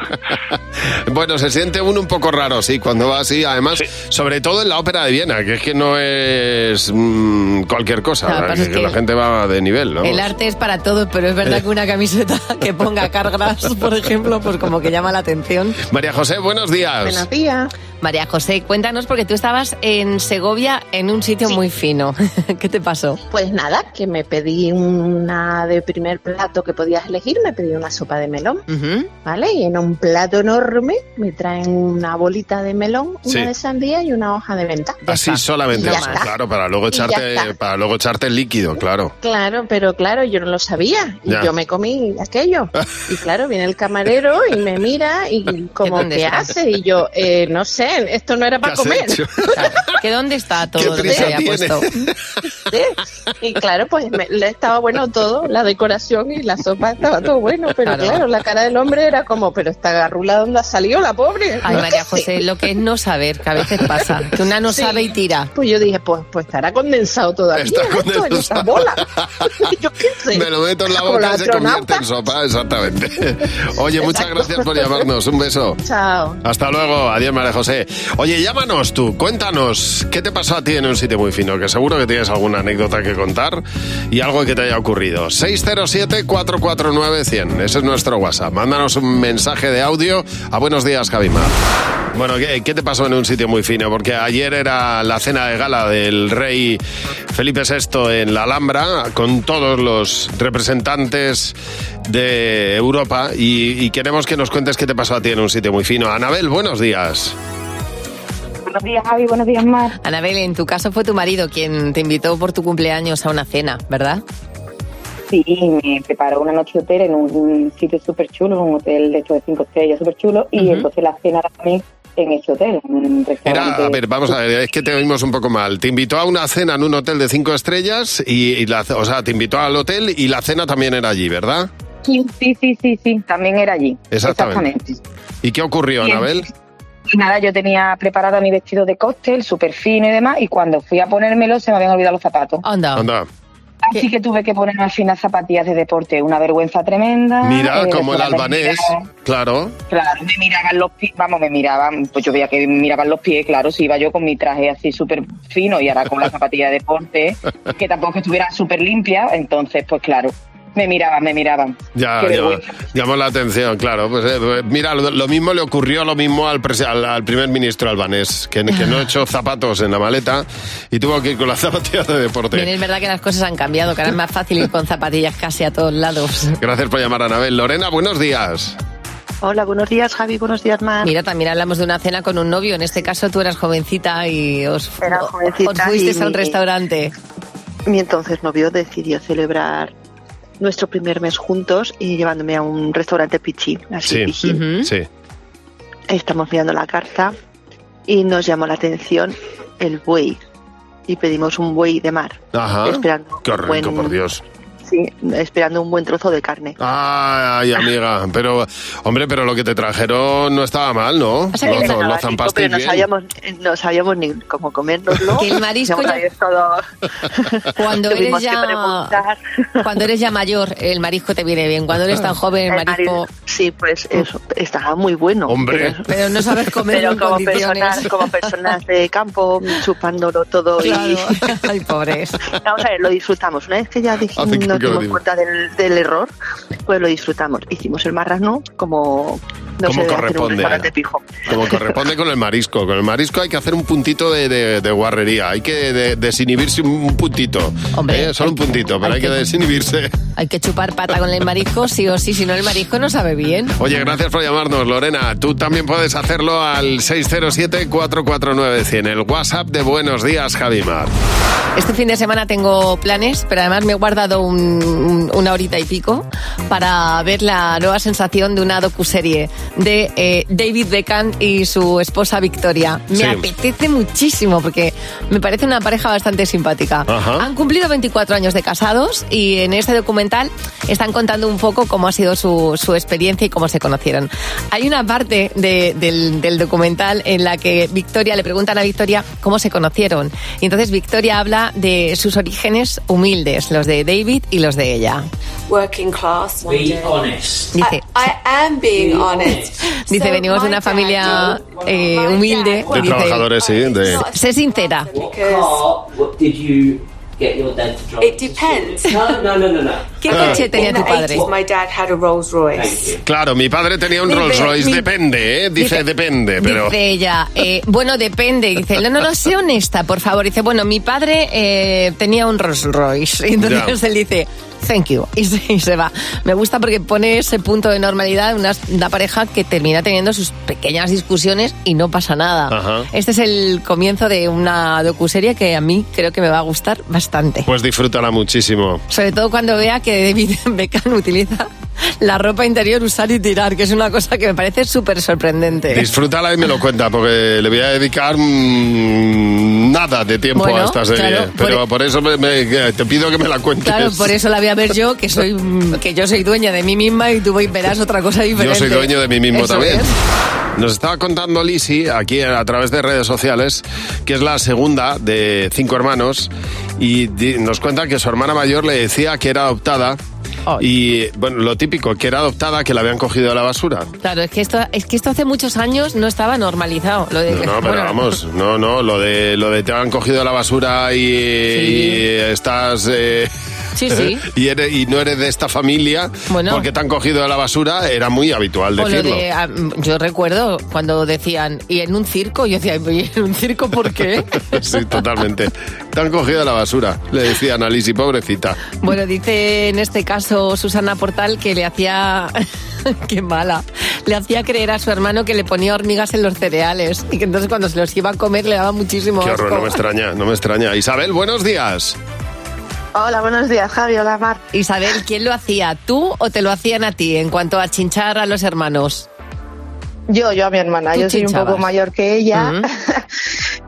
Speaker 3: Bueno, se siente uno un poco raro, sí, cuando va así. Además, sobre todo en la ópera de Viena, que es que no es mm, cualquier cosa.
Speaker 4: Lo que
Speaker 3: ¿verdad?
Speaker 4: pasa
Speaker 3: Que
Speaker 4: es que
Speaker 3: la gente va de nivel, ¿no?
Speaker 4: El arte es para todos, pero es
Speaker 3: Eh.
Speaker 4: verdad que una camiseta que ponga cargas, por ejemplo, pues como que llama la atención.
Speaker 3: María José, buenos días.
Speaker 4: días. María José, cuéntanos porque tú estabas en Segovia en un sitio muy fino. ¿Qué te pasó?
Speaker 16: Pues nada, que me pedí una de primer plato que podías elegir, me pedí una sopa de melón,
Speaker 4: Mm.
Speaker 16: ¿vale? Y en un plato enorme me traen una bolita de melón, una
Speaker 3: Sí.
Speaker 16: de sandía y una hoja de menta.
Speaker 4: Ah,
Speaker 3: Así solamente,
Speaker 16: Y ya
Speaker 3: sí,
Speaker 16: está.
Speaker 3: claro, para luego
Speaker 16: Y ya
Speaker 3: echarte,
Speaker 16: está.
Speaker 3: para luego echarte el líquido, claro.
Speaker 16: Claro, pero claro, yo no lo sabía. Y
Speaker 3: Ya.
Speaker 16: yo me comí aquello. Y claro, viene el camarero y me mira y como,
Speaker 4: dónde
Speaker 16: ¿qué
Speaker 4: estás?
Speaker 16: hace? Y yo, eh, no sé, esto no era para comer.
Speaker 4: ¿Que dónde está todo lo que
Speaker 16: prisa
Speaker 4: se había
Speaker 16: tiene?
Speaker 4: puesto?
Speaker 16: Y claro, pues me- le estaba bueno todo, la decoración y la sopa estaba todo bueno, pero
Speaker 4: Claro.
Speaker 16: claro, la cara del hombre era como, pero esta garrula, ¿dónde ha salido la pobre?
Speaker 4: Ay, María José, lo que es no saber, que a veces pasa, que una no sabe y tira.
Speaker 16: Pues yo dije, pues, pues estará condensado todavía esto en esta bola. yo qué sé.
Speaker 3: Me lo meto en la
Speaker 16: Como
Speaker 3: boca
Speaker 16: la
Speaker 3: y se convierte
Speaker 16: astronauta.
Speaker 3: en sopa, exactamente. Oye, muchas
Speaker 16: Exacto.
Speaker 3: gracias por llamarnos. Un beso.
Speaker 16: Chao.
Speaker 3: Hasta luego, adiós María José. Oye, llámanos tú, cuéntanos, ¿qué te pasó a ti en un sitio muy fino? Que seguro que tienes alguna anécdota que contar y algo que te haya ocurrido. 607-449-100, ese es nuestro WhatsApp. Mándanos un mensaje de audio a Buenos Días, Javimar. Bueno, ¿qué, qué te pasó en un sitio muy fino? Porque ayer era la cena de gala del rey Felipe VI en la Alhambra con todos los representantes de Europa y, y queremos que nos cuentes qué te pasó a ti en un sitio muy fino. Anabel, buenos días.
Speaker 4: Buenos días, Javi, buenos días, Mar. Anabel, en tu caso fue tu marido quien te invitó por tu cumpleaños a una cena, ¿verdad?
Speaker 17: Sí, me preparó una noche de hotel en un, un sitio súper chulo, un hotel de estos de cinco estrellas súper chulo, y
Speaker 4: Ujú.
Speaker 17: entonces la cena era también en ese hotel, en un
Speaker 3: Era,
Speaker 17: restaurante.
Speaker 3: a ver, vamos a ver, es que te oímos un poco mal. Te invitó a una cena en un hotel de cinco estrellas y, y la, o sea, te invitó al hotel y la cena también era allí, ¿verdad?
Speaker 17: Sí, sí, sí, sí, sí, también era allí.
Speaker 3: Exactamente. ¿Y qué ocurrió,
Speaker 17: Bien.
Speaker 3: Anabel?
Speaker 17: Y nada, yo tenía preparado mi vestido de cóctel, súper fino y demás, y cuando fui a ponérmelo se me habían olvidado los zapatos.
Speaker 3: Anda.
Speaker 17: Así que tuve que ponerme al final zapatillas de deporte, una vergüenza tremenda.
Speaker 3: Mira,
Speaker 17: eh,
Speaker 3: como el
Speaker 17: solamente
Speaker 3: albanés,
Speaker 17: miraba-
Speaker 3: claro.
Speaker 17: Claro, me miraban los pies, vamos, me miraban, pues yo veía que me miraban los pies, claro, si iba yo con mi traje así súper fino y ahora con la zapatilla de deporte, que tampoco estuviera súper limpia, entonces, pues claro, me miraban, me miraban.
Speaker 3: Ya,
Speaker 17: Qué
Speaker 3: llamó,
Speaker 17: vergüenza.
Speaker 3: llamó la atención, claro. Pues, eh, pues, mira, lo, lo mismo le ocurrió lo mismo al, presi- al- al primer ministro albanés, que, que no echó zapatos en la maleta y tuvo que ir con las zapatillas de
Speaker 4: Bien,
Speaker 3: deporte.
Speaker 4: es verdad que las cosas han cambiado, que ahora es más fácil ir con zapatillas casi a todos lados.
Speaker 3: Gracias por llamar a Anabel. Lorena, buenos días.
Speaker 4: Hola, buenos días, Javi, buenos días, Mar. Mira, también hablamos de una cena con un novio. En este caso, tú eras jovencita y os, os
Speaker 16: y
Speaker 4: fuisteis a un
Speaker 16: mi-
Speaker 4: restaurante.
Speaker 16: Mi entonces novio decidió celebrar nuestro primer mes juntos y llevándome a un restaurante pichín, así
Speaker 3: Sí,
Speaker 16: pijín.
Speaker 3: sí.
Speaker 16: Estamos mirando la carta y nos llamó la atención el buey y pedimos un buey de mar,
Speaker 3: Ajá.
Speaker 16: Esperando
Speaker 3: Qué
Speaker 16: un
Speaker 3: rico,
Speaker 16: buen-
Speaker 3: por Dios.
Speaker 16: sí, esperando un buen trozo de carne.
Speaker 3: Ay, amiga, pero, hombre, pero lo que te trajeron no estaba mal, ¿no?
Speaker 16: O sea, que
Speaker 3: lo,
Speaker 16: le
Speaker 3: lo
Speaker 16: ganaba rico,
Speaker 3: zampasteis
Speaker 16: pero no
Speaker 3: bien.
Speaker 16: sabíamos, no sabíamos ni cómo comérnoslo.
Speaker 4: Que el marisco
Speaker 16: Nos
Speaker 4: ya-
Speaker 16: habíamos traído
Speaker 4: Cuando
Speaker 16: Tuvimos
Speaker 4: eres,
Speaker 16: que
Speaker 4: ya, cuando eres ya mayor, el marisco te viene bien. Cuando eres tan joven, el marisco...
Speaker 16: Sí, pues eso, estaba muy bueno.
Speaker 3: Hombre.
Speaker 16: Pero,
Speaker 4: Pero no sabes comer
Speaker 16: pero
Speaker 4: en
Speaker 16: como
Speaker 4: condiciones.
Speaker 16: personas, como personas de campo, chupándolo todo
Speaker 4: Claro.
Speaker 16: y...
Speaker 4: Ay, pobres.
Speaker 16: Vamos a ver, lo disfrutamos. Una vez que ya dijimos,
Speaker 4: Hace que-
Speaker 16: nos
Speaker 4: que lo
Speaker 16: dimos
Speaker 4: digo.
Speaker 16: cuenta del, del error, pues lo disfrutamos. Hicimos el marrano como... No
Speaker 3: Como
Speaker 16: se debe hacer en un
Speaker 3: corresponde.
Speaker 16: restaurante pijo.
Speaker 3: Como corresponde con el marisco. Con el marisco hay que hacer un puntito de, de- de guarrería. Hay que de- desinhibirse un, un puntito. ¿eh? Solo un puntito, pero hay que desinhibirse.
Speaker 4: Hay que chupar pata con el marisco, sí o sí, si no el marisco no sabe bien.
Speaker 3: Oye, gracias por llamarnos, Lorena. Tú también puedes hacerlo al 607-449-100. El WhatsApp de Buenos Días, Javimar.
Speaker 4: Este fin de semana tengo planes, pero además me he guardado un- un- una horita y pico para ver la nueva sensación de una docuserie de eh, David Beckham y su esposa Victoria. Me
Speaker 15: Sí.
Speaker 4: apetece muchísimo porque me parece una pareja bastante simpática.
Speaker 15: Ajá.
Speaker 4: Han cumplido 24 años de casados y en este documental están contando un poco cómo ha sido su, su experiencia y cómo se conocieron. Hay una parte de- del, del documental en la que Victoria le preguntan a Victoria cómo se conocieron. Y entonces Victoria habla de sus orígenes humildes, los de David y los de ella.
Speaker 18: working class. one
Speaker 4: Be
Speaker 18: day. Ah,
Speaker 4: honest.
Speaker 18: I, I am being honest.
Speaker 4: Dice, venimos de una familia eh, humilde.
Speaker 3: De
Speaker 4: Dice,
Speaker 3: trabajadores, sí. de-
Speaker 4: sé sincera.
Speaker 18: Because
Speaker 19: What did you get your dad to drive?
Speaker 18: it depends.
Speaker 19: No, no, no, no, no.
Speaker 18: ¿Qué
Speaker 3: Ah.
Speaker 18: coche tenía tu padre? My dad had a Rolls Royce.
Speaker 3: Claro, mi padre tenía un
Speaker 4: Dice-
Speaker 3: Rolls Royce.
Speaker 4: mi-
Speaker 3: Depende, ¿eh? Dice,
Speaker 4: dice-
Speaker 3: depende, pero...
Speaker 4: Dice ella, eh, bueno, depende. Dice, no, no, no, sé honesta, por favor. Dice, bueno, mi padre eh, tenía un Rolls Royce. Y entonces
Speaker 15: Ya.
Speaker 4: él dice, thank you. Y se, y se va. Me gusta porque pone ese punto de normalidad en una, una pareja que termina teniendo sus pequeñas discusiones y no pasa nada.
Speaker 3: Ajá.
Speaker 4: Este es el comienzo de una docuserie que a mí creo que me va a gustar bastante.
Speaker 3: Pues disfrútala muchísimo.
Speaker 4: Sobre todo cuando vea que David Beckham utiliza la ropa interior usar y tirar, que es una cosa que me parece súper sorprendente.
Speaker 3: Disfrútala y me lo cuenta, porque le voy a dedicar mm, nada de tiempo
Speaker 4: Bueno,
Speaker 3: a esta serie.
Speaker 4: claro, e-
Speaker 3: pero por, eso me- me- te pido que me la cuentes.
Speaker 4: Claro, por eso la voy a ver yo, que soy mm, que yo soy dueña de mí misma y tú voy- verás otra cosa
Speaker 3: Yo
Speaker 4: diferente.
Speaker 3: soy dueño de mí mismo
Speaker 4: Eso
Speaker 3: también.
Speaker 4: es.
Speaker 3: Nos estaba contando Lisi, aquí a través de redes sociales, que es la segunda de cinco hermanos, y di- nos cuenta que su hermana mayor le decía que era adoptada. Y bueno, lo típico, que era adoptada, que la habían cogido de la basura.
Speaker 4: Claro, es que esto es que esto hace muchos años no estaba normalizado. Lo de,
Speaker 3: No, no, pero
Speaker 4: bueno,
Speaker 3: vamos, no, no, lo de, lo de te han cogido la basura y, y estás... eh,
Speaker 4: Sí, sí.
Speaker 3: Y, eres- y no eres de esta familia,
Speaker 4: Bueno.
Speaker 3: porque te han cogido de la basura, era muy habitual
Speaker 4: o lo
Speaker 3: decirlo.
Speaker 4: de, ah, mm, yo recuerdo cuando decían, ¿y en un circo? Yo decía, "¿Y en un circo por qué?
Speaker 3: Sí, totalmente. Te han cogido de la basura, le decían a Lisi, pobrecita.
Speaker 4: Bueno, dice en este caso Susana Portal que le hacía. Qué mala. Le hacía creer a su hermano que le ponía hormigas en los cereales y que entonces cuando se los iba a comer le daba muchísimo
Speaker 3: Qué horror,
Speaker 4: asco.
Speaker 3: no me extraña, no me extraña. Isabel, buenos días.
Speaker 4: Hola, buenos días, Javi. Hola, Mar. Isabel, ¿quién lo hacía? ¿Tú o te lo hacían a ti en cuanto a chinchar a los hermanos?
Speaker 16: Yo, yo a mi hermana,
Speaker 4: Tú
Speaker 16: yo soy un
Speaker 4: chinchabas.
Speaker 16: poco mayor que ella.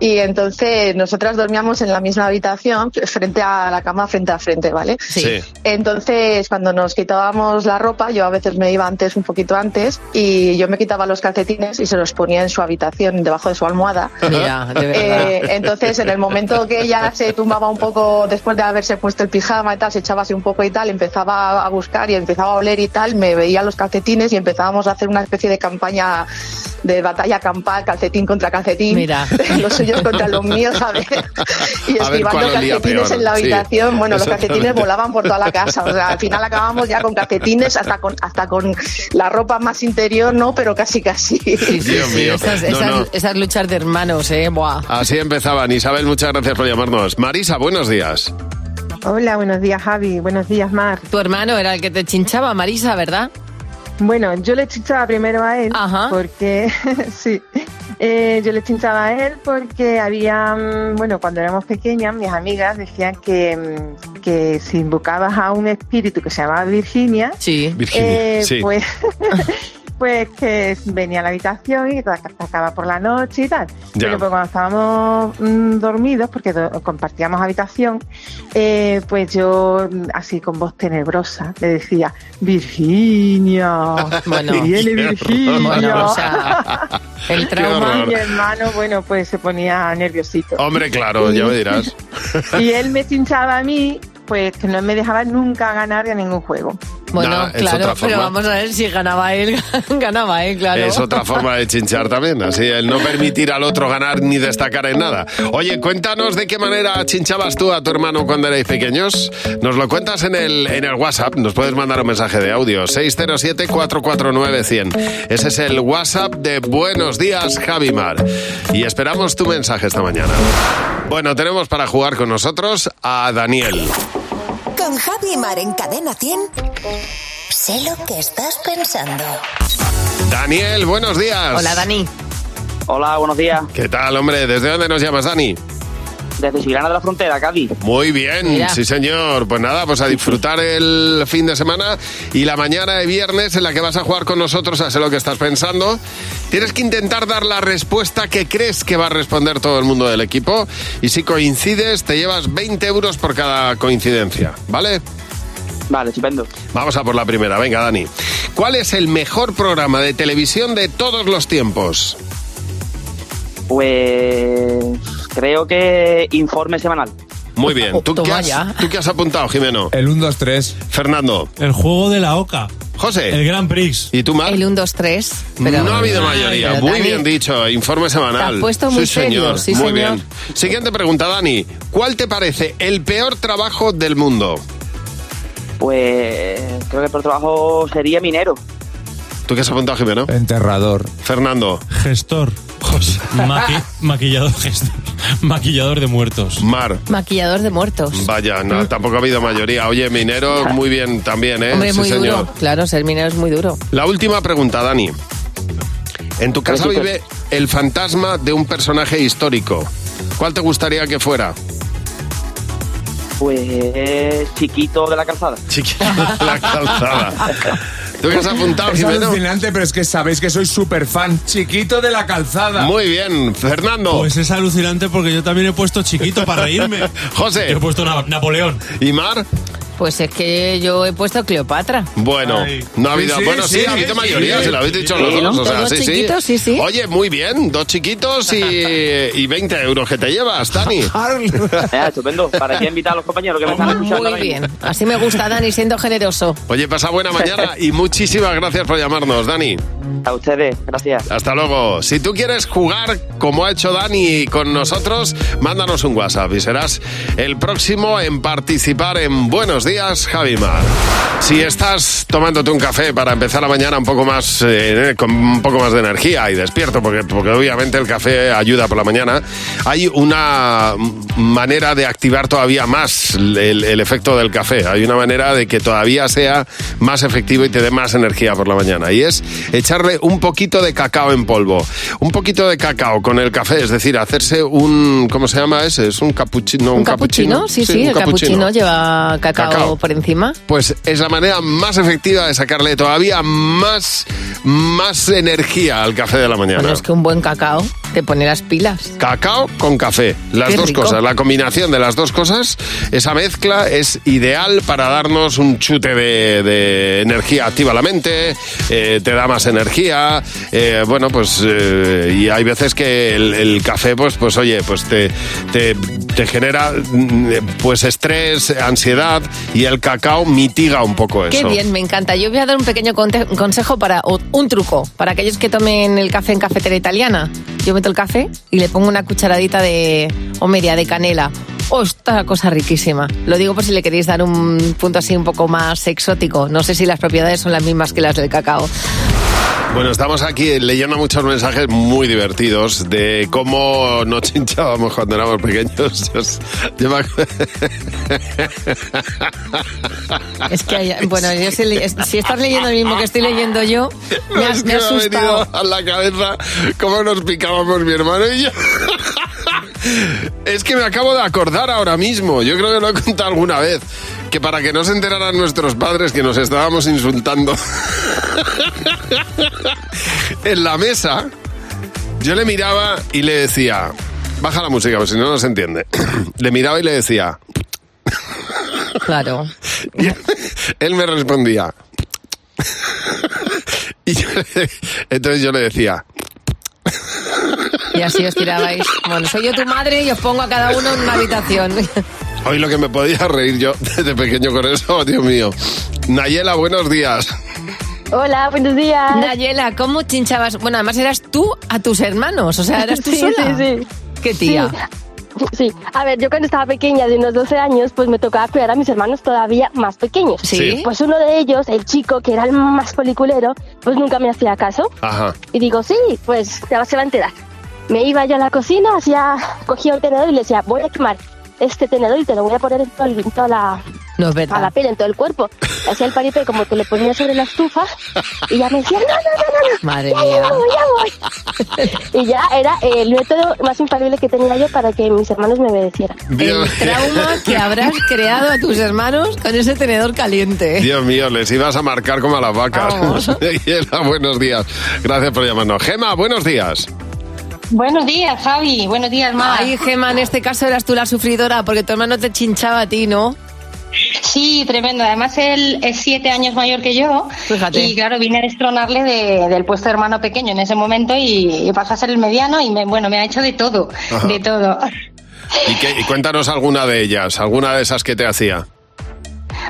Speaker 16: Y entonces nosotras dormíamos en la misma habitación, frente a la cama, frente a frente, ¿vale?
Speaker 3: Sí.
Speaker 16: Entonces, cuando nos quitábamos la ropa, yo a veces me iba antes, un poquito antes, y yo me quitaba los calcetines y se los ponía en su habitación, debajo de su almohada.
Speaker 4: Mira, Ah, de verdad.
Speaker 16: Eh, entonces, en el momento que ella se tumbaba un poco después de haberse puesto el pijama y tal, se echaba así un poco y tal, empezaba a buscar y empezaba a oler y tal, me veía los calcetines y empezábamos a hacer una especie de campaña de batalla campal, calcetín contra calcetín,
Speaker 4: Mira.
Speaker 16: los suyos contra los míos, a ver. Y
Speaker 3: A ver
Speaker 16: esquivando
Speaker 3: cuál olía
Speaker 16: calcetines
Speaker 3: peor,
Speaker 16: en la
Speaker 3: sí.
Speaker 16: habitación, bueno, los
Speaker 3: Exactamente.
Speaker 16: calcetines volaban por toda la casa, o sea, al final acabamos ya con calcetines, hasta con, hasta con la ropa más interior, no, pero casi casi.
Speaker 3: Dios mío.
Speaker 4: Esas,
Speaker 3: No,
Speaker 4: esas-
Speaker 3: no.
Speaker 4: esas luchas de hermanos, ¿eh? Buah.
Speaker 3: Así empezaban. Isabel, muchas gracias por llamarnos. Marisa, buenos días.
Speaker 15: Hola, buenos días Javi, buenos días Mar.
Speaker 4: Tu hermano era el que te chinchaba, Marisa, ¿verdad?
Speaker 15: Bueno, yo le chinchaba primero a él porque sí, Eh, yo le chinchaba a él porque había, mm, bueno, cuando éramos pequeñas mis amigas decían que, mm, que si invocabas a un espíritu que se llamaba Virginia,
Speaker 4: Sí.
Speaker 3: Virginia,
Speaker 15: eh,
Speaker 3: sí.
Speaker 15: pues pues que venía a la habitación y te atacaba por la noche y tal.
Speaker 3: Ya.
Speaker 15: Pero pues cuando estábamos mm, dormidos, porque do- compartíamos habitación, eh, pues yo, mm, así con voz tenebrosa, le decía, Virginia,
Speaker 4: Bueno.
Speaker 15: que viene
Speaker 4: Qué
Speaker 15: Virginia.
Speaker 4: horror. Bueno, o sea, el
Speaker 15: Qué
Speaker 4: trauma.
Speaker 15: horror. Y mi hermano, bueno, pues se ponía nerviosito.
Speaker 3: Hombre, claro,
Speaker 15: Y-
Speaker 3: ya me dirás.
Speaker 15: Y él me cinchaba a mí, pues que no me dejaba nunca ganar en ningún juego.
Speaker 4: Bueno,
Speaker 3: Nah, es
Speaker 4: claro,
Speaker 3: otra forma.
Speaker 4: pero vamos a ver si ganaba él, ganaba él, claro.
Speaker 3: Es otra forma de chinchar también, así el no permitir al otro ganar ni destacar en nada. Oye, cuéntanos de qué manera chinchabas tú a tu hermano cuando erais pequeños. Nos lo cuentas en el, en el WhatsApp, nos puedes mandar un mensaje de audio, 607-449-100. Ese es el WhatsApp de Buenos Días, Javimar. Y esperamos tu mensaje esta mañana. Bueno, tenemos para jugar con nosotros a Daniel.
Speaker 20: Con Javi Mar en Cadena 100. Sé lo que estás pensando.
Speaker 3: Daniel, buenos días.
Speaker 20: Hola, Dani.
Speaker 3: Hola, buenos días. ¿Qué tal, hombre? ¿Desde dónde nos llamas, Dani?
Speaker 21: Desde Chirana de la Frontera, Cádiz.
Speaker 3: Muy bien,
Speaker 21: Mira.
Speaker 3: sí señor. Pues nada, pues a disfrutar el fin de semana y la mañana de viernes en la que vas a jugar con nosotros a sé lo que estás pensando. Tienes que intentar dar la respuesta que crees que va a responder todo el mundo del equipo y si coincides te llevas 20 euros por cada coincidencia, ¿vale? Vale, estupendo. Vamos a por la primera, venga Dani. ¿Cuál es el mejor programa de televisión de todos los tiempos?
Speaker 21: Pues creo que informe semanal.
Speaker 3: Muy bien. ¿Tú qué, has, tú qué has apuntado, Jimeno? El 1, 2, 3. Fernando.
Speaker 14: El juego de la OCA.
Speaker 3: José.
Speaker 14: El Grand Prix.
Speaker 3: ¿Y tú, Mar?
Speaker 4: El 1, 2, 3.
Speaker 3: no ha habido mayoría. Muy bien dicho. Informe semanal.
Speaker 4: Te has puesto muy
Speaker 3: sí, señor.
Speaker 4: serio, sí,
Speaker 3: muy
Speaker 4: señor.
Speaker 3: bien. Siguiente pregunta, Dani. ¿Cuál te parece el peor trabajo del mundo?
Speaker 21: Pues creo que por trabajo sería minero.
Speaker 3: ¿Tú qué has apuntado, Jimeno? Enterrador. Fernando.
Speaker 14: Gestor. Maqui- maquillador, gestor. Maquillador de muertos.
Speaker 3: Mar.
Speaker 4: Maquillador de muertos.
Speaker 3: Vaya, no, tampoco ha habido mayoría. Oye, minero, muy bien también, ¿eh?
Speaker 4: Hombre,
Speaker 3: sí,
Speaker 4: muy
Speaker 3: señor.
Speaker 4: duro. Claro, ser minero es muy duro.
Speaker 3: La última pregunta, Dani. En tu casa
Speaker 4: Pues sí,
Speaker 3: vive el fantasma de un personaje histórico. ¿Cuál te gustaría que fuera?
Speaker 21: Pues chiquito de la calzada.
Speaker 3: Chiquito de la calzada. ¿Tú qué has apuntado,
Speaker 22: Es
Speaker 3: Jimeno?
Speaker 22: alucinante, pero es que sabéis que soy súper fan. Chiquito de la calzada.
Speaker 3: Muy bien, Fernando.
Speaker 14: Pues es alucinante porque yo también he puesto chiquito para reírme.
Speaker 3: José.
Speaker 14: Yo he puesto Na- Napoleón.
Speaker 3: ¿Y Mar?
Speaker 4: Pues es que yo he puesto Cleopatra.
Speaker 3: Bueno,
Speaker 14: Ay.
Speaker 3: no ha habido.
Speaker 14: Sí, sí,
Speaker 3: bueno, sí,
Speaker 14: sí,
Speaker 3: ha habido
Speaker 14: sí,
Speaker 3: mayoría,
Speaker 14: sí.
Speaker 3: se lo habéis dicho los
Speaker 14: Sí,
Speaker 3: dos.
Speaker 14: ¿no?
Speaker 3: O sea,
Speaker 4: Dos
Speaker 3: sí, sí.
Speaker 4: chiquitos, sí, sí.
Speaker 3: Oye, muy bien, dos chiquitos y, y 20 euros que te llevas, Dani.
Speaker 21: Eh, estupendo. Para aquí invitar a los compañeros que me están escuchando.
Speaker 4: Muy bien. Así me gusta, Dani, siendo generoso.
Speaker 3: Oye, pasa buena mañana y muchísimas gracias por llamarnos, Dani.
Speaker 21: A ustedes, gracias.
Speaker 3: Hasta luego. Si tú quieres jugar como ha hecho Dani con nosotros, mándanos un WhatsApp y serás el próximo en participar en Buenos Días, Javimar. Si estás tomándote un café para empezar la mañana un poco más eh, con un poco más de energía y despierto, porque, porque obviamente el café ayuda por la mañana, hay una manera de activar todavía más el, el efecto del café. Hay una manera de que todavía sea más efectivo y te dé más energía por la mañana. Y es echar echarle un poquito de cacao en polvo. Un poquito de cacao con el café, es decir, hacerse un. ¿Cómo se llama ese? Es un capuchino.
Speaker 4: ¿Un capuchino? Sí, sí,
Speaker 3: un
Speaker 4: el capuchino lleva cacao,
Speaker 3: Cacao.
Speaker 4: por encima.
Speaker 3: Pues es la manera más efectiva de sacarle todavía más, más energía al café de la mañana.
Speaker 4: Bueno, es que un buen cacao te pone las pilas.
Speaker 3: Cacao con café, las
Speaker 4: Qué
Speaker 3: dos
Speaker 4: rico.
Speaker 3: cosas, la combinación de las dos cosas, esa mezcla es ideal para darnos un chute de, de energía, activa la mente, eh, te da más energía, eh, bueno, pues eh, y hay veces que el, el café, pues, pues oye, pues te, te, te genera mm, pues estrés, ansiedad y el cacao mitiga un poco eso.
Speaker 4: Qué bien, me encanta. Yo voy a dar un pequeño conte- consejo para o un truco para aquellos que tomen el café en cafetera italiana. Yo meto el café y le pongo una cucharadita de o media de canela. ¡Oh, esta cosa riquísima! Lo digo por si le queréis dar un punto así un poco más exótico. No sé si las propiedades son las mismas que las del cacao.
Speaker 3: Bueno, estamos aquí leyendo muchos mensajes muy divertidos de cómo nos chinchábamos cuando éramos pequeños. Yo- yo me acu-
Speaker 4: Es que, hay- bueno, yo si, le- si estás leyendo el mismo que estoy leyendo yo, me
Speaker 3: Es
Speaker 4: has,
Speaker 3: que
Speaker 4: me
Speaker 3: me
Speaker 4: has
Speaker 3: ha
Speaker 4: asustado.
Speaker 3: venido a la cabeza cómo nos picábamos mi hermano y yo. Es que me acabo de acordar ahora mismo, yo creo que lo he contado alguna vez, que para que no se enteraran nuestros padres que nos estábamos insultando en la mesa, yo le miraba y le decía, baja la música, porque si no, no se entiende. Le miraba y le decía,
Speaker 4: Claro.
Speaker 3: y él- él me respondía. Y yo le- entonces yo le decía,
Speaker 4: Y así os tirabais. Bueno, soy yo tu madre y os pongo a cada uno en una habitación.
Speaker 3: hoy lo que me podía reír yo desde pequeño con eso, Dios mío. Nayela, buenos días.
Speaker 4: Hola, buenos días. Nayela, ¿cómo chinchabas? Bueno, además eras tú a tus hermanos, o sea, eras tú
Speaker 2: Sí,
Speaker 4: sola.
Speaker 2: sí,
Speaker 4: Qué tía.
Speaker 2: Sí, a ver, yo cuando estaba pequeña, de unos 12 años, pues me tocaba cuidar a mis hermanos todavía más pequeños.
Speaker 3: Sí.
Speaker 2: Pues uno de ellos, el chico, que era el más peliculero, pues nunca me hacía caso.
Speaker 3: Ajá.
Speaker 2: Y digo, sí, pues ya se va a enterar. Me iba yo a la cocina, hacía, cogía un tenedor y le decía, voy a quemar este tenedor y te lo voy a poner en, todo el- en toda la...
Speaker 4: No es verdad.
Speaker 2: A la piel, en todo el cuerpo. Hacía el paripé como que le ponía sobre la estufa y ya me decía, no, no, no, no, no.
Speaker 4: Madre
Speaker 2: ya,
Speaker 4: mía.
Speaker 2: Ya voy, ya voy. y ya era el método más infalible que tenía yo para que mis hermanos me obedecieran.
Speaker 3: Dios,
Speaker 4: Trauma que habrás creado a tus hermanos con ese tenedor caliente.
Speaker 3: Dios mío, les ibas a marcar como a las vacas. Nayela, buenos días. Gracias por llamarnos. Gema, buenos días.
Speaker 4: Buenos días, Javi. Buenos días, Mar. Ay, Gemma, en este caso eras tú la sufridora porque tu hermano te chinchaba a ti, ¿no?
Speaker 5: Sí, tremendo. Además, él es siete años mayor que yo.
Speaker 4: Fíjate.
Speaker 5: Y claro, vine a destronarle de- del puesto de hermano pequeño en ese momento y, y pasó a ser el mediano y me, bueno, me ha hecho de todo,
Speaker 3: Ajá.
Speaker 5: de todo.
Speaker 3: ¿Y, qué- y cuéntanos alguna de ellas, alguna de esas que te hacía.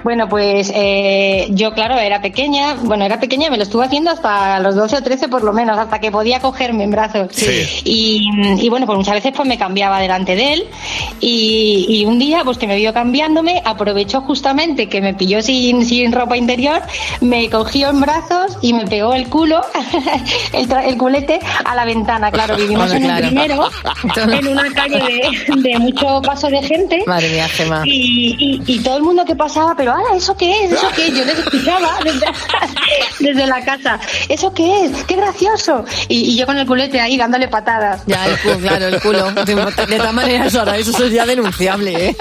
Speaker 5: Bueno, pues eh, yo, claro, era pequeña. Bueno, era pequeña, me lo estuvo haciendo hasta los 12 o 13 por lo menos, hasta que podía cogerme en brazos.
Speaker 23: Sí.
Speaker 5: Y, y bueno, pues muchas veces pues me cambiaba delante de él. Y, y un día, pues que me vio cambiándome, aprovechó justamente que me pilló sin, sin ropa interior, me cogió en brazos y me pegó el culo, el, tra- el culete, a la ventana. Claro, vivimos
Speaker 4: Hombre,
Speaker 5: en
Speaker 4: claro.
Speaker 5: el primero, en una calle de, de mucho paso de gente.
Speaker 4: Madre mía, Gemma.
Speaker 5: Y, y- y todo el mundo que pasaba, pero ahora, ¿eso qué es? ¿Eso qué es? Yo les escuchaba desde, desde la casa. ¿Eso qué es? ¡Qué gracioso! Y, y yo con el culete ahí dándole patadas.
Speaker 4: Ya, el culo, claro, el culo. De, de todas maneras, ahora eso es ya denunciable, ¿eh?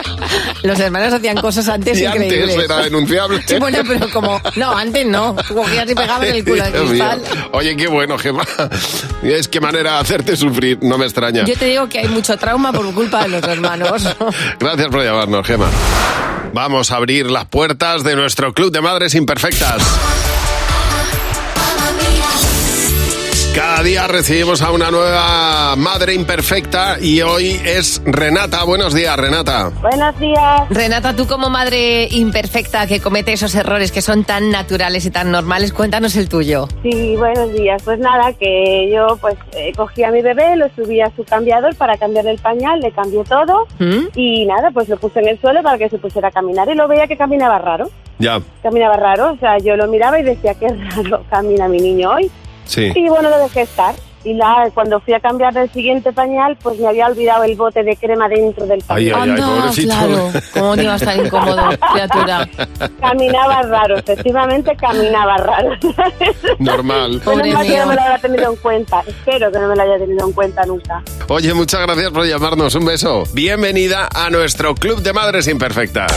Speaker 4: Los hermanos hacían cosas antes
Speaker 3: Y antes
Speaker 4: increíbles.
Speaker 3: era denunciable.
Speaker 4: Sí, bueno, pero como... No, antes no. Tú Cogías y pegabas el culo al
Speaker 3: Dios mío.
Speaker 4: cristal.
Speaker 3: Oye, qué bueno, Gemma. Es que manera de hacerte sufrir, no me extraña.
Speaker 4: Yo te digo que hay mucho trauma por culpa de los hermanos.
Speaker 3: Gracias por llamarnos, Gemma. Vamos a abrir las puertas de nuestro Club de Madres Imperfectas. Cada día recibimos a una nueva madre imperfecta y hoy es Renata. Buenos días, Renata.
Speaker 4: Buenos días. Renata, tú como madre imperfecta que comete esos errores que son tan naturales y tan normales, cuéntanos el tuyo.
Speaker 24: Sí, buenos días. Pues nada, que yo pues eh, cogí a mi bebé, lo subí a su cambiador para cambiarle el pañal, le cambié todo
Speaker 4: ¿Mm?
Speaker 24: y nada, pues lo puse en el suelo para que se pusiera a caminar y lo veía que caminaba raro.
Speaker 3: Ya,
Speaker 24: Caminaba raro, o sea, yo lo miraba y decía, qué raro camina mi niño hoy.
Speaker 3: sí.
Speaker 24: Y bueno, lo dejé estar. y la, cuando fui a cambiar el siguiente pañal, pues me había olvidado el bote de crema dentro del pañal.
Speaker 3: Ay, ay, ay,
Speaker 4: Anda,
Speaker 3: pobrecito.
Speaker 4: claro. ¿Cómo no iba a estar incómodo, criatura?
Speaker 24: Caminaba raro, efectivamente caminaba raro.
Speaker 3: Normal.
Speaker 24: Menos mal que no me lo había tenido en cuenta. Espero que no me lo haya tenido en cuenta nunca.
Speaker 3: Oye, muchas gracias por llamarnos. Un beso. Bienvenida a nuestro Club de Madres Imperfectas.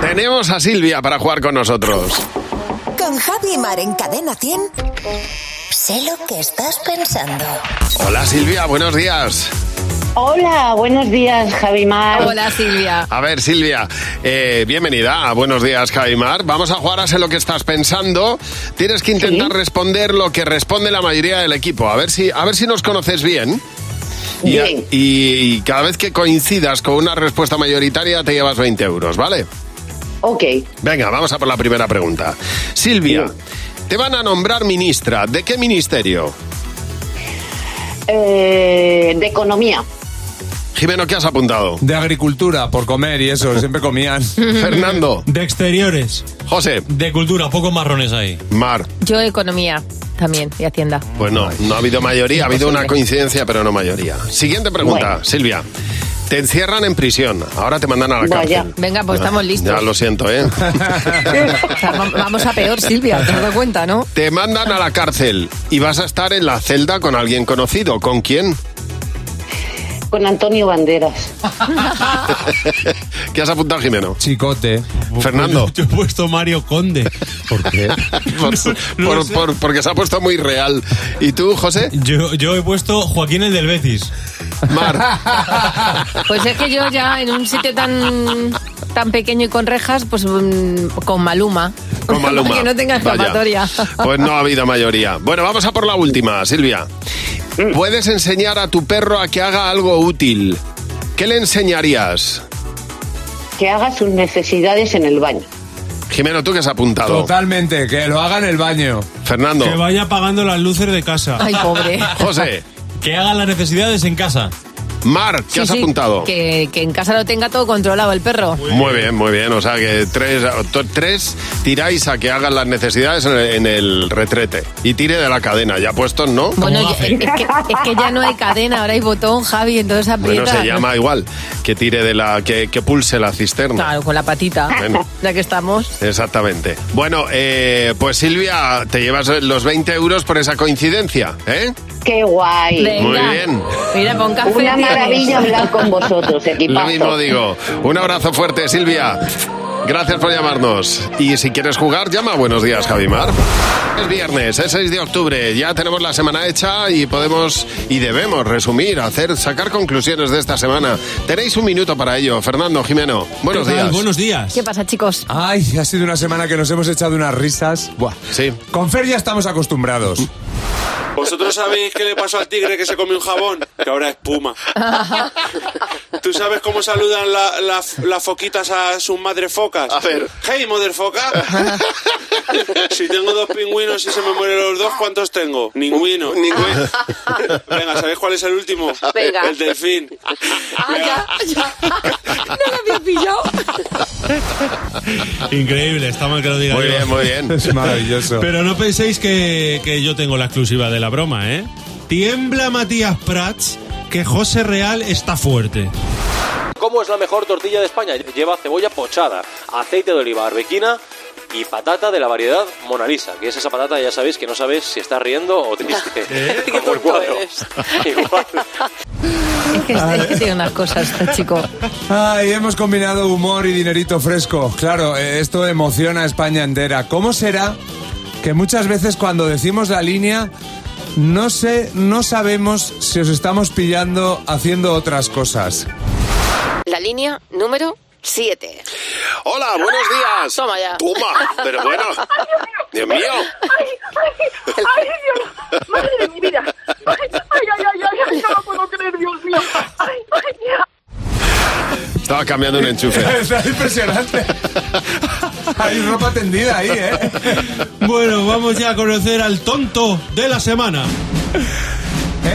Speaker 3: Tenemos a Silvia para jugar con nosotros.
Speaker 20: Con Javi y Mar en Cadena 100. Sé lo que estás pensando.
Speaker 3: Hola Silvia, buenos días.
Speaker 9: Hola, buenos días, Javi Mar.
Speaker 4: Hola, Silvia.
Speaker 3: A ver, Silvia, eh, bienvenida a Buenos Días, Javimar. Vamos a jugar a Sé lo que estás pensando. Tienes que intentar responder lo que responde la mayoría del equipo. A ver si, a ver si nos conoces bien. Y, a-
Speaker 9: Bien.
Speaker 3: y- y cada vez que coincidas con una respuesta mayoritaria te llevas 20 euros, ¿vale?
Speaker 9: Ok.
Speaker 3: Venga, vamos a por la primera pregunta. Silvia, te van a nombrar ministra. ¿De qué ministerio?
Speaker 9: Eh, de economía.
Speaker 3: Jimeno, ¿qué has apuntado?
Speaker 22: De agricultura, por comer y eso, siempre comían.
Speaker 3: Fernando.
Speaker 14: De exteriores.
Speaker 3: José.
Speaker 14: De cultura, pocos marrones ahí.
Speaker 3: Mar.
Speaker 4: Yo, economía también y hacienda.
Speaker 3: Pues no, no ha habido mayoría, ha habido una coincidencia, pero no mayoría. Siguiente pregunta, Silvia. Te encierran en prisión, ahora te mandan a la
Speaker 4: Vaya.
Speaker 3: cárcel.
Speaker 4: Venga, pues
Speaker 3: Ah,
Speaker 4: estamos listos.
Speaker 3: Ya lo siento, ¿eh?
Speaker 4: O sea, va- vamos a peor, Silvia, te has dado cuenta, ¿no?
Speaker 3: te mandan a la cárcel y vas a estar en la celda con alguien conocido. ¿Con quién?
Speaker 9: Con Antonio Banderas.
Speaker 3: ¿Qué has apuntado, Jimeno?
Speaker 22: Chicote.
Speaker 3: Fernando.
Speaker 14: Yo he puesto Mario Conde. ¿Por qué?
Speaker 3: Por- por-
Speaker 14: lo sé.
Speaker 3: por- porque se ha puesto muy real. ¿Y tú, José?
Speaker 14: Yo, yo he puesto Joaquín el del Betis.
Speaker 4: Pues es que yo ya en un sitio tan tan pequeño y con rejas, pues mm, con Maluma.
Speaker 3: Con Maluma.
Speaker 4: Para que no tenga
Speaker 3: Vaya.
Speaker 4: escapatoria.
Speaker 3: Pues no ha habido mayoría. Bueno, vamos a por la última, Silvia. Puedes enseñar a tu perro a que haga algo útil. ¿Qué le enseñarías?
Speaker 9: Que haga sus necesidades en el baño.
Speaker 3: Jimeno, ¿tú qué has apuntado?
Speaker 22: Totalmente, que lo haga en el baño.
Speaker 3: Fernando.
Speaker 14: Que vaya apagando las luces de casa.
Speaker 4: Ay, pobre.
Speaker 3: José.
Speaker 14: Que haga las necesidades en casa.
Speaker 3: Mar, ¿qué
Speaker 4: Sí,
Speaker 3: has
Speaker 4: sí,
Speaker 3: apuntado?
Speaker 4: Que, que en casa lo tenga todo controlado el perro.
Speaker 3: Muy bien, muy bien. O sea que tres, to- tres tiráis a que hagan las necesidades en el, en el retrete. Y tire de la cadena, ya puestos, ¿no?
Speaker 4: Bueno, ya- es, que, es que ya no hay cadena, ahora hay botón, Javi, entonces aprieta.
Speaker 3: Bueno, se llama igual. Que tire de la. que, que pulse la cisterna.
Speaker 4: Claro, con la patita,
Speaker 3: Bueno.
Speaker 4: ya que estamos.
Speaker 3: Exactamente. Bueno, eh, pues Silvia, te llevas los 20 euros por esa coincidencia, ¿eh?
Speaker 9: ¡Qué guay!
Speaker 3: Muy bien.
Speaker 4: Mira, con café.
Speaker 9: Una
Speaker 4: tienes.
Speaker 9: maravilla hablar con vosotros,
Speaker 3: Lo
Speaker 9: equipazo.
Speaker 3: mismo digo. Un abrazo fuerte, Silvia. Gracias por llamarnos. Y si quieres jugar, llama. Buenos días, Javimar. Es viernes, es 6 de octubre. Ya tenemos la semana hecha y podemos y debemos resumir, hacer, sacar conclusiones de esta semana. Tenéis un minuto para ello. Fernando, Jimeno, buenos
Speaker 22: ¿Qué tal?
Speaker 3: días.
Speaker 22: Buenos
Speaker 14: días.
Speaker 4: ¿Qué pasa, chicos?
Speaker 22: Ay, ha sido una semana que nos hemos echado unas risas. Buah.
Speaker 3: Sí.
Speaker 22: Con Fer ya estamos acostumbrados.
Speaker 1: ¿Vosotros sabéis qué le pasó al tigre que se comió un jabón? Que ahora es puma.
Speaker 4: Ah,
Speaker 1: ¿Tú sabes cómo saludan la- la- las foquitas a sus madres focas? A ver. ¡Hey, mother foca! si tengo dos pingüinos y se me mueren los dos, ¿cuántos tengo? Ningüino. Ningüino. Venga, ¿sabéis cuál es el último?
Speaker 18: Venga.
Speaker 1: El delfín.
Speaker 18: no la había pillado.
Speaker 14: Increíble, está mal que lo diga
Speaker 3: Muy
Speaker 14: yo.
Speaker 3: bien, muy bien.
Speaker 22: Es maravilloso.
Speaker 14: Pero no penséis que, que yo tengo la exclusiva de la broma, ¿eh? Tiembla Matías Prats que José Real está fuerte.
Speaker 1: ¿Cómo es la mejor tortilla de España? Lleva cebolla pochada, aceite de oliva, arbequina y patata de la variedad Mona Lisa, que es esa patata, ya sabéis, que no sabéis si está riendo o triste. Como el cuadro. Igual.
Speaker 4: Es que, es que tiene unas cosas, este chico.
Speaker 22: Ay, hemos combinado humor y dinerito fresco. Claro, eh, esto emociona a España entera. ¿Cómo será que muchas veces cuando decimos la línea no sé, no sabemos si os estamos pillando haciendo otras cosas?
Speaker 4: La línea número 7.
Speaker 3: Hola, buenos días.
Speaker 4: Toma ya.
Speaker 3: Toma, pero bueno. Dios mío.
Speaker 18: Ay, ay, ay, Dios, madre de mi vida. Ay, ay, ay, ay, ay, no lo puedo creer, Dios mío. Ay, ay,
Speaker 3: Estaba cambiando un enchufe.
Speaker 22: Está impresionante. Hay ropa tendida ahí, ¿eh?
Speaker 14: Bueno, vamos ya a conocer al tonto de la semana.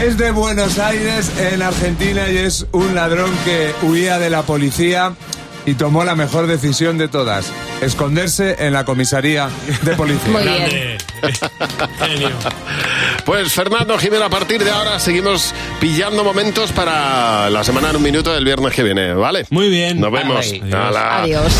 Speaker 22: Es de Buenos Aires, en Argentina, y es un ladrón que huía de la policía y tomó la mejor decisión de todas, esconderse en la comisaría de policía.
Speaker 4: Muy bien.
Speaker 3: Pues Fernando Jimeno, a partir de ahora seguimos pillando momentos para la semana en un minuto del viernes que viene, ¿vale? Muy bien. Nos vemos. Hala.
Speaker 4: Adiós.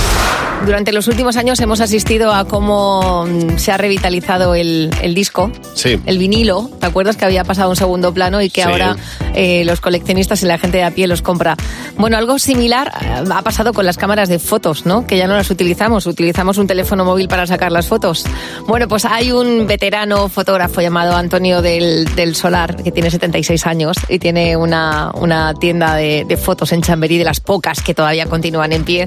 Speaker 4: Durante los últimos años hemos asistido a cómo mm, se ha revitalizado el, el disco,
Speaker 3: Sí.
Speaker 4: el vinilo. ¿Te acuerdas que había pasado a un segundo plano y que
Speaker 3: Sí.
Speaker 4: ahora eh, los coleccionistas y la gente de a pie los compra? Bueno, algo similar eh, ha pasado con las cámaras de fotos, ¿no? Que ya no las utilizamos, utilizamos un teléfono móvil para sacar las fotos. Bueno, pues hay un veterano fotógrafo llamado Antonio del, del Solar, que tiene 76 años y tiene una, una tienda de, de fotos en Chamberí, de las pocas que todavía continúan en pie.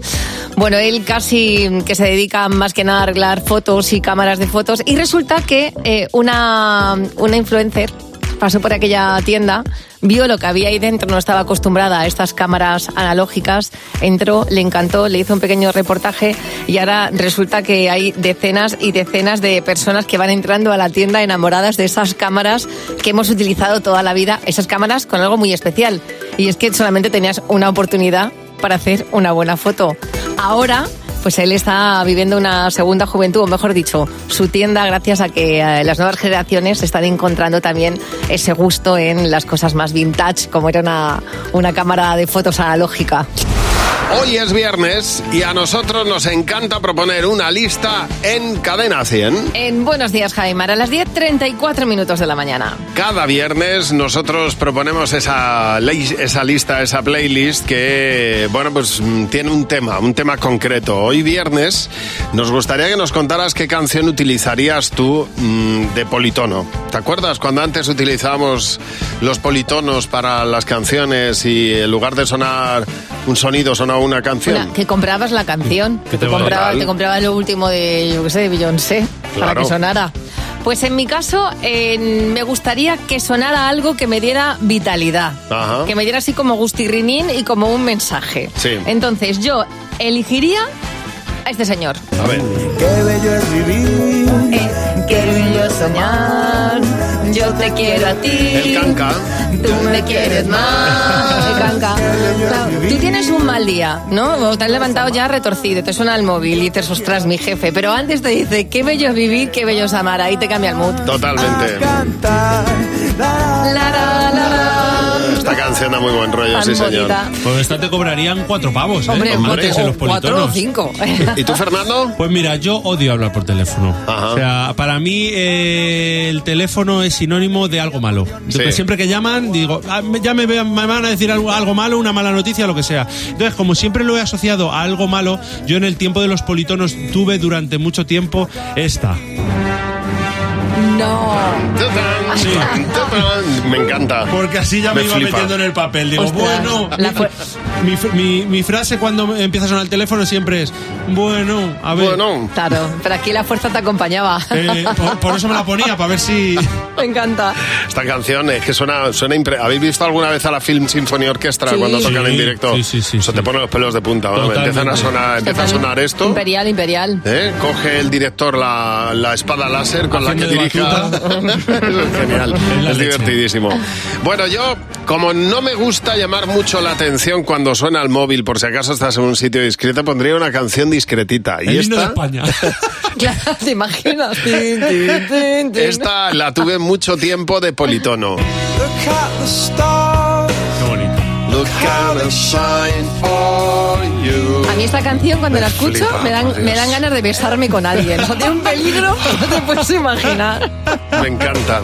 Speaker 4: Bueno, él casi que se dedica más que nada a arreglar fotos y cámaras de fotos. Y resulta que eh, una, una influencer pasó por aquella tienda, vio lo que había ahí dentro, no estaba acostumbrada a estas cámaras analógicas, entró, le encantó, le hizo un pequeño reportaje y ahora resulta que hay decenas y decenas de personas que van entrando a la tienda enamoradas de esas cámaras que hemos utilizado toda la vida, esas cámaras con algo muy especial y es que solamente tenías una oportunidad para hacer una buena foto. Ahora pues él está viviendo una segunda juventud, o mejor dicho, su tienda gracias a que eh, las nuevas generaciones están encontrando también ese gusto en las cosas más vintage, como era una, una cámara de fotos analógica.
Speaker 3: Hoy es viernes y a nosotros nos encanta proponer una lista en cadena 100.
Speaker 4: En Buenos Días, Jaime, a las 10.34 minutos de la mañana.
Speaker 3: Cada viernes nosotros proponemos esa, ley- esa lista, esa playlist que, bueno, pues mm, tiene un tema, un tema concreto. Hoy viernes nos gustaría que nos contaras qué canción utilizarías tú mm, de politono. ¿Te acuerdas cuando antes utilizábamos los politonos para las canciones y en lugar de sonar un sonido sonaba una canción?
Speaker 4: Una- que comprabas la canción, que te
Speaker 3: tema
Speaker 4: compraba,
Speaker 3: brutal.
Speaker 4: te compraba lo último de, yo qué sé, de Beyoncé, para
Speaker 3: Claro.
Speaker 4: que sonara. Pues en mi caso, eh, me gustaría que sonara algo que me diera vitalidad.
Speaker 3: Ajá.
Speaker 4: Que me diera así como gustirrinín y como un mensaje.
Speaker 3: Sí.
Speaker 4: Entonces yo elegiría a este señor.
Speaker 3: A ver.
Speaker 18: Qué bello es vivir.
Speaker 4: Qué bello soñar, yo te quiero a ti.
Speaker 18: El canca.
Speaker 4: Tú me quieres más. El canca. Claro, tú tienes un mal día, ¿no? O te has levantado ya retorcido, te suena el móvil y dices, ostras, mi jefe. Pero antes te dice, qué bello es vivir, qué bello es amar. Ahí te cambia el mood. Ah,
Speaker 3: Totalmente. Esta canción da muy buen rollo,
Speaker 4: Tan
Speaker 3: sí señor.
Speaker 4: bonita.
Speaker 14: Pues esta te cobrarían cuatro pavos, ¿eh?
Speaker 4: Hombre,
Speaker 14: Los
Speaker 4: cuatro,
Speaker 14: martes en los
Speaker 4: o cuatro o
Speaker 14: politonos.
Speaker 4: cinco.
Speaker 3: ¿Y tú, Fernando?
Speaker 14: Pues mira, yo odio hablar por teléfono. O sea, para mí eh, el teléfono es sinónimo de algo malo.
Speaker 3: Sí.
Speaker 14: Pues Siempre que llaman, digo, "Ah, me- ya me, ve- me van a decir algo, algo malo, una mala noticia, lo que sea. Entonces, como siempre lo he asociado a algo malo, yo en el tiempo de los politonos tuve durante mucho tiempo esta.
Speaker 4: No.
Speaker 3: Sí. Me encanta.
Speaker 14: Porque así ya me,
Speaker 3: Me
Speaker 14: iba
Speaker 3: flipa.
Speaker 14: metiendo en el papel. Digo,
Speaker 4: Ostras,
Speaker 14: bueno.
Speaker 4: la fue-
Speaker 14: Mi, fr- mi- mi frase cuando empieza a sonar el teléfono siempre es, bueno, a ver. Eh,
Speaker 3: Bueno.
Speaker 4: Claro, pero aquí la fuerza te acompañaba.
Speaker 14: por, por eso me la ponía, para ver si.
Speaker 4: Me encanta.
Speaker 3: Esta canción es que suena, suena impre- ¿Habéis visto alguna vez a la Film Symphony Orchestra
Speaker 4: Sí.
Speaker 3: cuando tocan
Speaker 14: Sí,
Speaker 3: en directo? Sí, sí, sí. Eso te pone los pelos de punta, ¿no?
Speaker 14: Totalmente.
Speaker 3: Empiezan a sonar, empieza a sonar esto.
Speaker 4: Imperial, imperial.
Speaker 3: ¿eh? Coge el director la, la espada láser con la que
Speaker 14: Haciendo de
Speaker 3: dirija. Eso es genial, es divertidísimo. Bueno, yo, como no me gusta llamar mucho la atención cuando suena el móvil, por si acaso estás en un sitio discreto, pondría una canción discretita. Y
Speaker 14: El himno de
Speaker 3: esta,
Speaker 14: España.
Speaker 4: Claro, te imaginas. Tin, tin, tin, tin.
Speaker 3: esta la tuve mucho tiempo de politono.
Speaker 18: Look at the stars.
Speaker 14: Qué bonito.
Speaker 3: Look how they shine for you.
Speaker 4: A mí esta canción cuando
Speaker 3: Me
Speaker 4: la escucho
Speaker 3: flipa,
Speaker 4: me, dan,
Speaker 3: por
Speaker 4: me
Speaker 3: Dios.
Speaker 4: dan ganas de besarme con alguien. O de un peligro que no te puedes imaginar.
Speaker 3: Me encanta.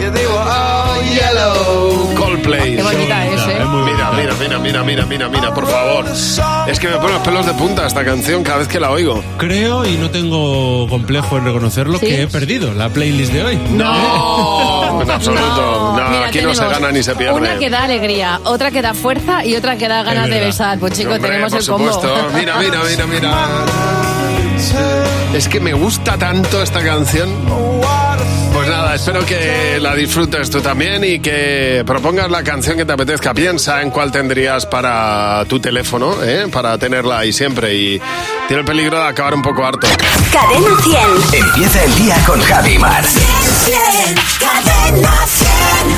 Speaker 18: Yeah, they were
Speaker 4: "Oh,
Speaker 18: all yellow.
Speaker 3: Coldplay.
Speaker 18: Qué bonita es, ¿eh? Es muy
Speaker 3: Mira, mira, mira, mira, mira, mira, mira, por favor. Es que me pone los pelos de punta esta canción cada vez que la oigo.
Speaker 14: Creo, y no tengo complejo en reconocerlo,
Speaker 4: Sí.
Speaker 14: que he perdido la playlist de hoy.
Speaker 3: No, en absoluto. No,
Speaker 4: Oh. Mira,
Speaker 3: aquí no se
Speaker 4: tenemos
Speaker 3: gana ni se pierde.
Speaker 4: Una que da alegría, otra que da fuerza y otra que da ganas de
Speaker 3: verdad.
Speaker 4: besar. Pues chicos,
Speaker 3: Hombre,
Speaker 4: tenemos
Speaker 3: por
Speaker 4: el combo.
Speaker 3: supuesto. Mira, mira, mira, mira. Es que me gusta tanto esta canción. Pues nada, espero que la disfrutes tú también y que propongas la canción que te apetezca. Piensa en cuál tendrías para tu teléfono, ¿eh? para tenerla ahí siempre. Y tiene el peligro de acabar un poco harto.
Speaker 20: Cadena 100.
Speaker 7: Empieza el día con Javi Mar.
Speaker 20: Cadena 100.